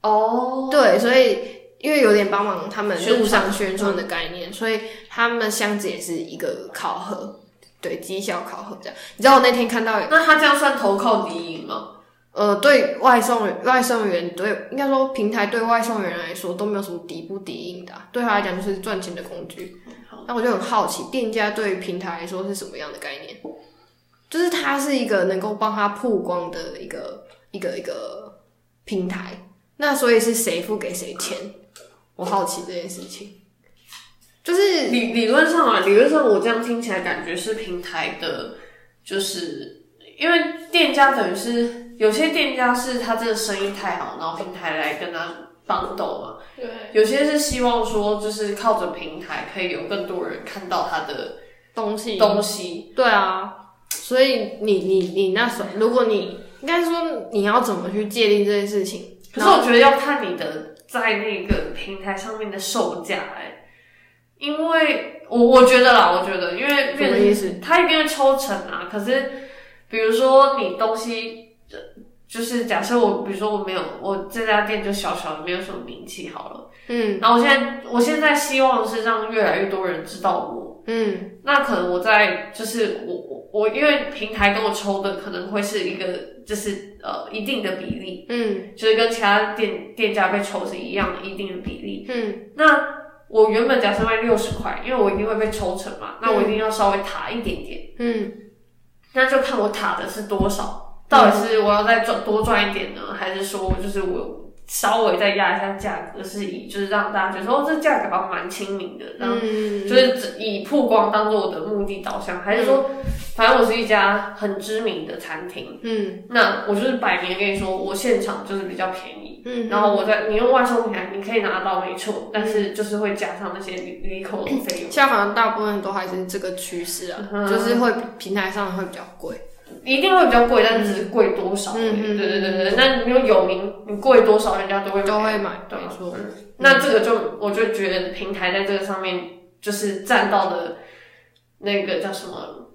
S2: 哦，
S1: 对，所以因为有点帮忙他们路上
S2: 宣传
S1: 宣传的概念，所以他们箱子也是一个考核，对，绩效考核这样。你知道我那天看到
S2: 那他这样算投靠敌营吗？
S1: 呃，对外送员、外送员对，应该说平台对外送员来说都没有什么敌不敌应的啊、对他来讲就是赚钱的工具
S2: 好。
S1: 那我就很好奇，店家对于平台来说是什么样的概念？就是它是一个能够帮他曝光的一个一个一个平台，那所以是谁付给谁钱？我好奇这件事情，就是
S2: 理理论上啊，理论上我这样听起来感觉是平台的，就是因为店家等于是有些店家是他这个生意太好，然后平台来跟他帮斗嘛。
S3: 对，
S2: 有些是希望说就是靠着平台可以有更多人看到他的
S1: 东西
S2: 东西，
S1: 对啊，所以你你你那时候，如果你应该说你要怎么去界定这件事情？
S2: 可是我觉得要看你的在那个平台上面的售价哎、因为我我觉得啦，我觉得因为
S1: 什么意思？
S2: 它一定会抽成啊。可是比如说你东西，呃就是假设我，比如说我没有我这家店就小小的，没有什么名气好了。
S1: 嗯
S2: 然后我现在我现在希望是让越来越多人知道我。
S1: 嗯，
S2: 那可能我在就是我我我因为平台跟我抽的可能会是一个就是呃一定的比例。
S1: 嗯
S2: 就是跟其他店店家被抽是一样的一定的比例。
S1: 嗯
S2: 那我原本假设卖六十块，因为我一定会被抽成嘛，那我一定要稍微塔一点点，
S1: 嗯，
S2: 那就看我塔的是多少，到底是我要再赚多赚一点呢，还是说就是我稍微再压一下价格，是以就是让大家觉得说哦这价格好像蛮亲民的，然后
S1: 嗯，
S2: 就是以曝光当做我的目的导向，还是说反正我是一家很知名的餐厅，
S1: 嗯
S2: 那我就是摆明跟你说，我现场就是比较便宜，
S1: 嗯，
S2: 然后我在你用外送平台，你可以拿到没错，但是就是会加上那些离离口的费用，
S1: 现在好像大部分都还是这个趋势啊，
S2: 嗯
S1: 就是会平台上会比较贵。
S2: 一定会比较贵，但只是贵多少而已。
S1: 嗯嗯嗯
S2: 对对对对，那你有有名，你贵多少，人家都会买
S1: 都会买
S2: 对啊
S1: 没错
S2: 嗯那这个就我就觉得平台在这个上面就是占到的，那个叫什么？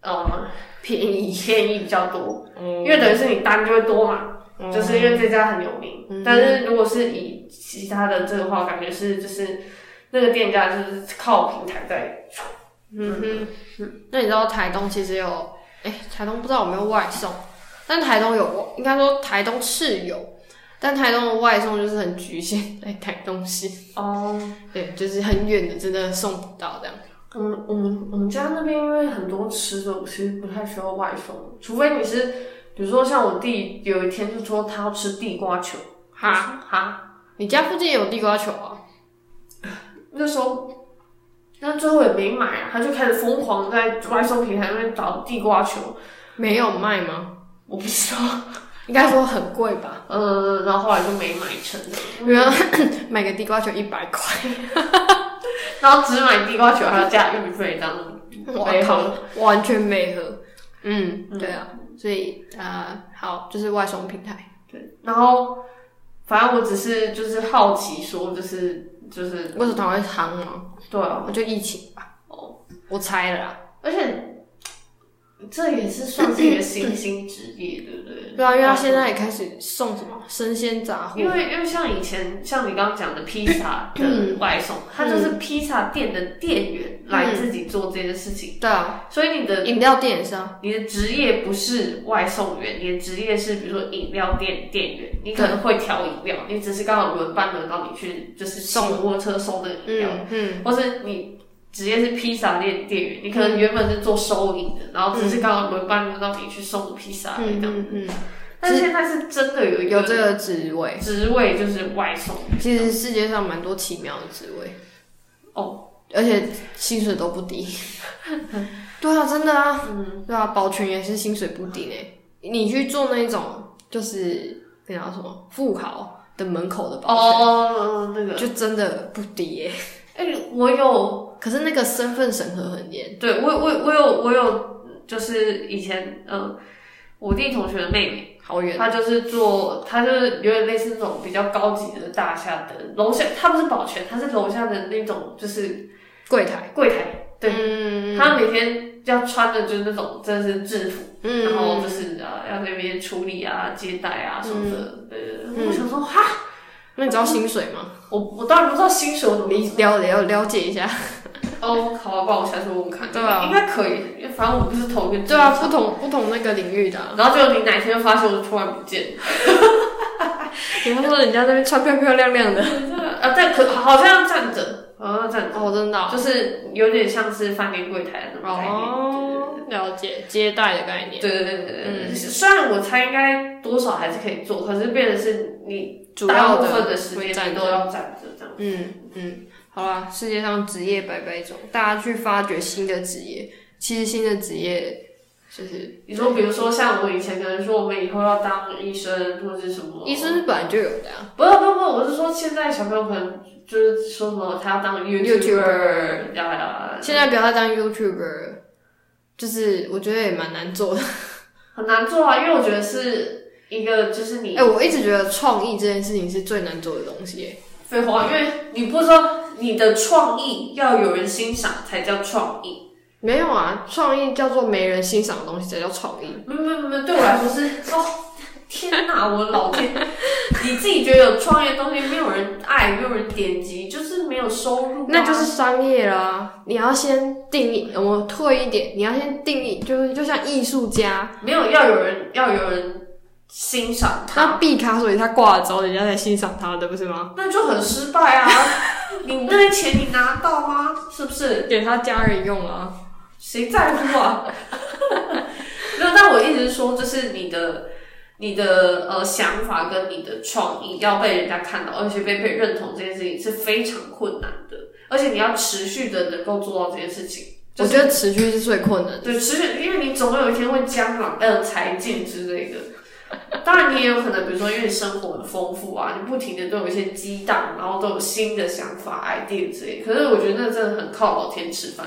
S2: 呃，
S1: 便宜，
S2: 便宜比较多，
S1: 嗯
S2: 因为等于是你单就会多嘛，就是因为这家很有名。
S1: 嗯
S2: 但是如果是以其他的这个话，感觉是就是那个店家就是靠平台在出。
S1: 嗯哼，那你知道台东其实有，哎、台东不知道有没有外送，但台东有，应该说台东是有，但台东的外送就是很局限在台东市，
S2: 哦，
S1: 对，就是很远的真的送不到这样。
S2: 我们我们我们家那边因为很多吃的，我其实不太需要外送，除非你是比如说像我弟有一天就说他要吃地瓜球，
S1: 哈，
S2: 哈，
S1: 你家附近也有地瓜球啊？
S2: 那时候。那最后也没买啊，他就开始疯狂在外送平台那边找地瓜球，
S1: 没有卖吗？
S2: 我不知道，
S1: 应该说很贵吧，
S2: 嗯，然后后来就没买成，
S1: 然后 买个地瓜球一百块，
S2: 然后只买地瓜球还要加运费这样子，
S1: 我
S2: 没喝
S1: 靠，完全没喝。嗯，
S2: 嗯
S1: 对啊，所以啊、呃好，就是外送平台。
S2: 对，然后反正我只是就是好奇说，就是就是
S1: 为什么它会夯吗？
S2: 对啊，
S1: 我就疫情吧。哦，我猜了啦。
S2: 而且这也是算是一个新兴职业，对不对？
S1: 对啊，因为他现在也开始送什么生鲜杂货
S2: 因，为因为像以前像你刚刚讲的披萨
S1: 嗯
S2: 的外送，它就是披萨店的店员来自己做这件事情，
S1: 对啊，
S2: 所以你的
S1: 饮料店也是啊，
S2: 你的职业不是外送员，你的职业是比如说饮料店店员，你可能会调饮料，你只是刚好轮班轮到你去，就是骑摩托车送那个饮料，
S1: 嗯嗯，
S2: 或是你职业是披萨店店员，你可能原本是做收银的，然后只是刚好轮班轮到你去送披萨这样。
S1: 嗯嗯
S2: 但是现在是真的啊有
S1: 嗯，
S2: 一
S1: 有
S2: 个
S1: 这个职位，
S2: 职位就是外送，
S1: 其实世界上蛮多奇妙的职位
S2: 哦，
S1: 而且薪水都不低。对啊，真的啊，对啊，保全也是薪水不低呢。你去做那种就是那叫什么富豪的门口的
S2: 哦
S1: 保全，
S2: 哦，那个，
S1: 就真的不低耶。
S2: 哎、我有
S1: 可是那个身份审核很严，
S2: 对我我我有我有，就是以前嗯，我弟同学的妹妹，
S1: 好远。
S2: 她就是做，她就是有点类似那种比较高级的大厦的楼下，她不是保全，她是楼下的那种就是
S1: 柜台，
S2: 柜台，对，
S1: 嗯
S2: 她每天要穿的就是那种真的是制服，
S1: 嗯，
S2: 然后就是啊要那边处理啊接待啊什么的，对对对，我想说哈，
S1: 那你知道薪水吗？
S2: 我我当然不知道薪水我怎么
S1: 你了了了解一下。
S2: 哦，好吧，不然我下次问问看，
S1: 对啊
S2: 应该可以，因为反正我不是同一个
S1: 对啊，
S2: 职
S1: 不
S2: 场
S1: 同不同那个领域的啊、
S2: 然后就你哪天就发现我突然不见了，
S1: 比方说人家那边穿漂漂亮亮的，
S2: 啊，但可好像站着，好像站着，
S1: 哦，真的啊、
S2: 就是有点像是饭店柜台的那种概念。
S1: 哦，了解接待的概念，
S2: 对对对对对对对，虽然我猜应该多少还是可以做，可是变成是你
S1: 主
S2: 大
S1: 要
S2: 部分
S1: 的
S2: 的时
S1: 会
S2: 间
S1: 占
S2: 你都要站着这样。
S1: 嗯嗯，好啦，世界上职业百百种，大家去发掘新的职业。其实新的职业就是
S2: 你说，比如说像我以前可能说我们以后要当医生或者是什么
S1: 医，生本来就有的啊、
S2: 不是不是不是，我是说现在小朋友可能就是说什么他要当 YouTuber 呀呀，
S1: 现在不要再当 YouTuber，就是我觉得也蛮难做的。
S2: 很难做啊，因为我觉得是一个就是你
S1: 哎、我一直觉得创意这件事情是最难做的东西、欸。
S2: 废话，因为你不知道你的创意要有人欣赏才叫创意。
S1: 没有啊，创意叫做没人欣赏的东西才叫创意。
S2: 没有没有没有，对我来说是哦，天哪，我的老天！你自己觉得有创业的东西，没有人爱，没有人点击，就是没有收入啊、
S1: 那就是商业啦。你要先定义，我退一点，你要先定义，就是就像艺术家，
S2: 没有要有人要有人欣赏他，
S1: 那毕卡索也是他挂了之后，人家才欣赏他的，不是吗？
S2: 那就很失败啊！你那些钱你拿到吗？是不是？
S1: 给他家人用啊。
S2: 谁在乎啊？ 没有，但我一直说，就是你的、你的呃想法跟你的创意要被人家看到，而且被被认同这件事情是非常困难的，而且你要持续的能够做到这件事情。就
S1: 我
S2: 是
S1: 觉得持续是最困难的。
S2: 对，持续，因为你总有一天会江郎呃才尽之类的。当然，你也有可能，比如说，因为你生活很丰富啊，你不停的都有一些激荡，然后都有新的想法、idea 之类的。可是我觉得那真的很靠老天吃饭。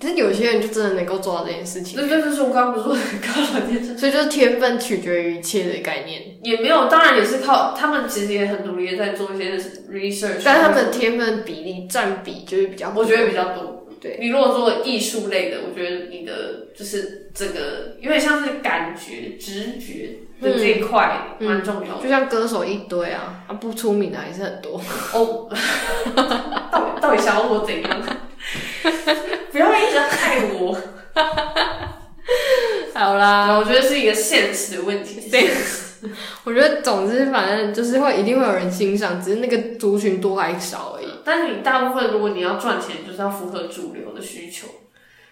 S1: 但有些人就真的能够做到这件事情，
S2: 那那就是我刚刚不是说很靠老天吃饭。
S1: 所以就是天分取决于一切的概念。
S2: 也没有，当然也是靠他们，其实也很努力的在做一些 research，
S1: 但他们的天分比例占比就是比较，
S2: 我觉得比较多。
S1: 对，
S2: 你如果做艺术类的，我觉得你的就是这个有点像是感觉、直觉的这一块
S1: 嗯
S2: 蛮重要的。
S1: 就像歌手一堆啊，啊不出名的还是很多。
S2: 哦， 到底到底想要我怎样？ 不要一直害我。
S1: 好啦，
S2: 啊，我觉得是一个现实的问题。对，
S1: 我觉得总之反正就是会一定会有人欣赏，只是那个族群多还少而已。
S2: 啊但是你大部分如果你要赚钱，就是要符合主流的需求。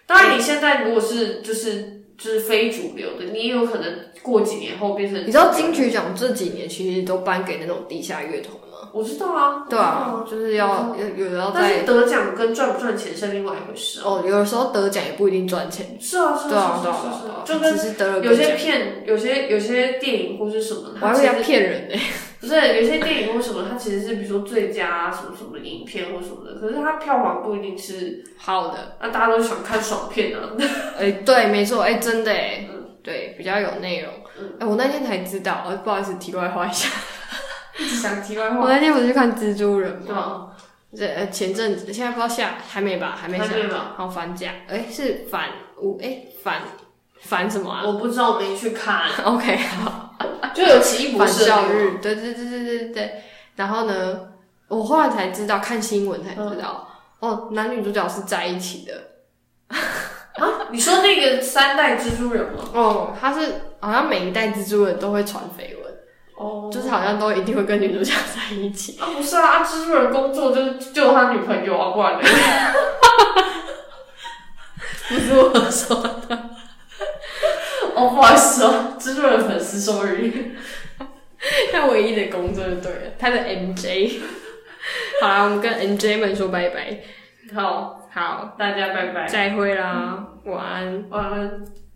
S2: 当然，你现在如果是就是就是非主流的，你也有可能过几年后变成
S1: 你知道金曲奖这几年其实都颁给那种地下乐团吗？
S2: 我知道啊，
S1: 对啊，就是要有有的要
S2: 我知道啊，但
S1: 在
S2: 是得奖跟赚不赚钱是另外一回事哦。
S1: 哦，有的时候得奖也不一定赚钱。
S2: 是啊，是
S1: 对啊，
S2: 啊，
S1: 对
S2: 是
S1: 啊，
S2: 啊，是
S1: 对
S2: 啊
S1: 啊，
S2: 就
S1: 只是得了
S2: 跟
S1: 个
S2: 有
S1: 奖
S2: 些，片，有些有些电影或是什么，
S1: 我
S2: 它
S1: 还
S2: 其
S1: 会
S2: 实
S1: 要骗人呢、
S2: 不是有些电影或什么，它其实是比如说最佳什么什么影片或什么的，可是它票房不一定是，呃
S1: 好的，
S2: 那大家都喜欢看爽片啊。嗯
S1: 哎、对，没错，哎、真的哎、对，比较有内容。哎、我那天才知道，哦，不好意思，题外话一下，
S2: 一直想题外
S1: 我
S2: 话，
S1: 那天不是去看蜘蛛人
S2: 对
S1: 吗？
S2: 吧？
S1: 这呃前阵子现在不知道下还没吧，还没下
S2: 还没吧，
S1: 好反假，哎、是反五哎、反反什么啊
S2: 我不知道，我没去看，
S1: ？OK，
S2: 就有奇异博
S1: 反
S2: 士
S1: 教
S2: 的那个
S1: 育，对对对对对对。然后呢，我后来才知道，看新闻才知道，哦，男女主角是在一起的。
S2: 啊？你说那个三代蜘蛛人吗？
S1: 哦，他是好像每一代蜘蛛人都会传绯闻，
S2: 哦
S1: 就是好像都一定会跟女主角在一起。
S2: 啊，不是啊，啊蜘蛛人工作就是救他女朋友啊，不然呢？
S1: 不是我说，
S2: 哦，不好意思哦，蜘蛛人粉丝 sorry。
S1: 他唯一的工作就对了，他的 MJ。好啦，我们跟 MJ 们说拜拜。
S2: 好，
S1: 好，
S2: 大家拜拜，
S1: 再会啦，晚安。
S2: 晚安。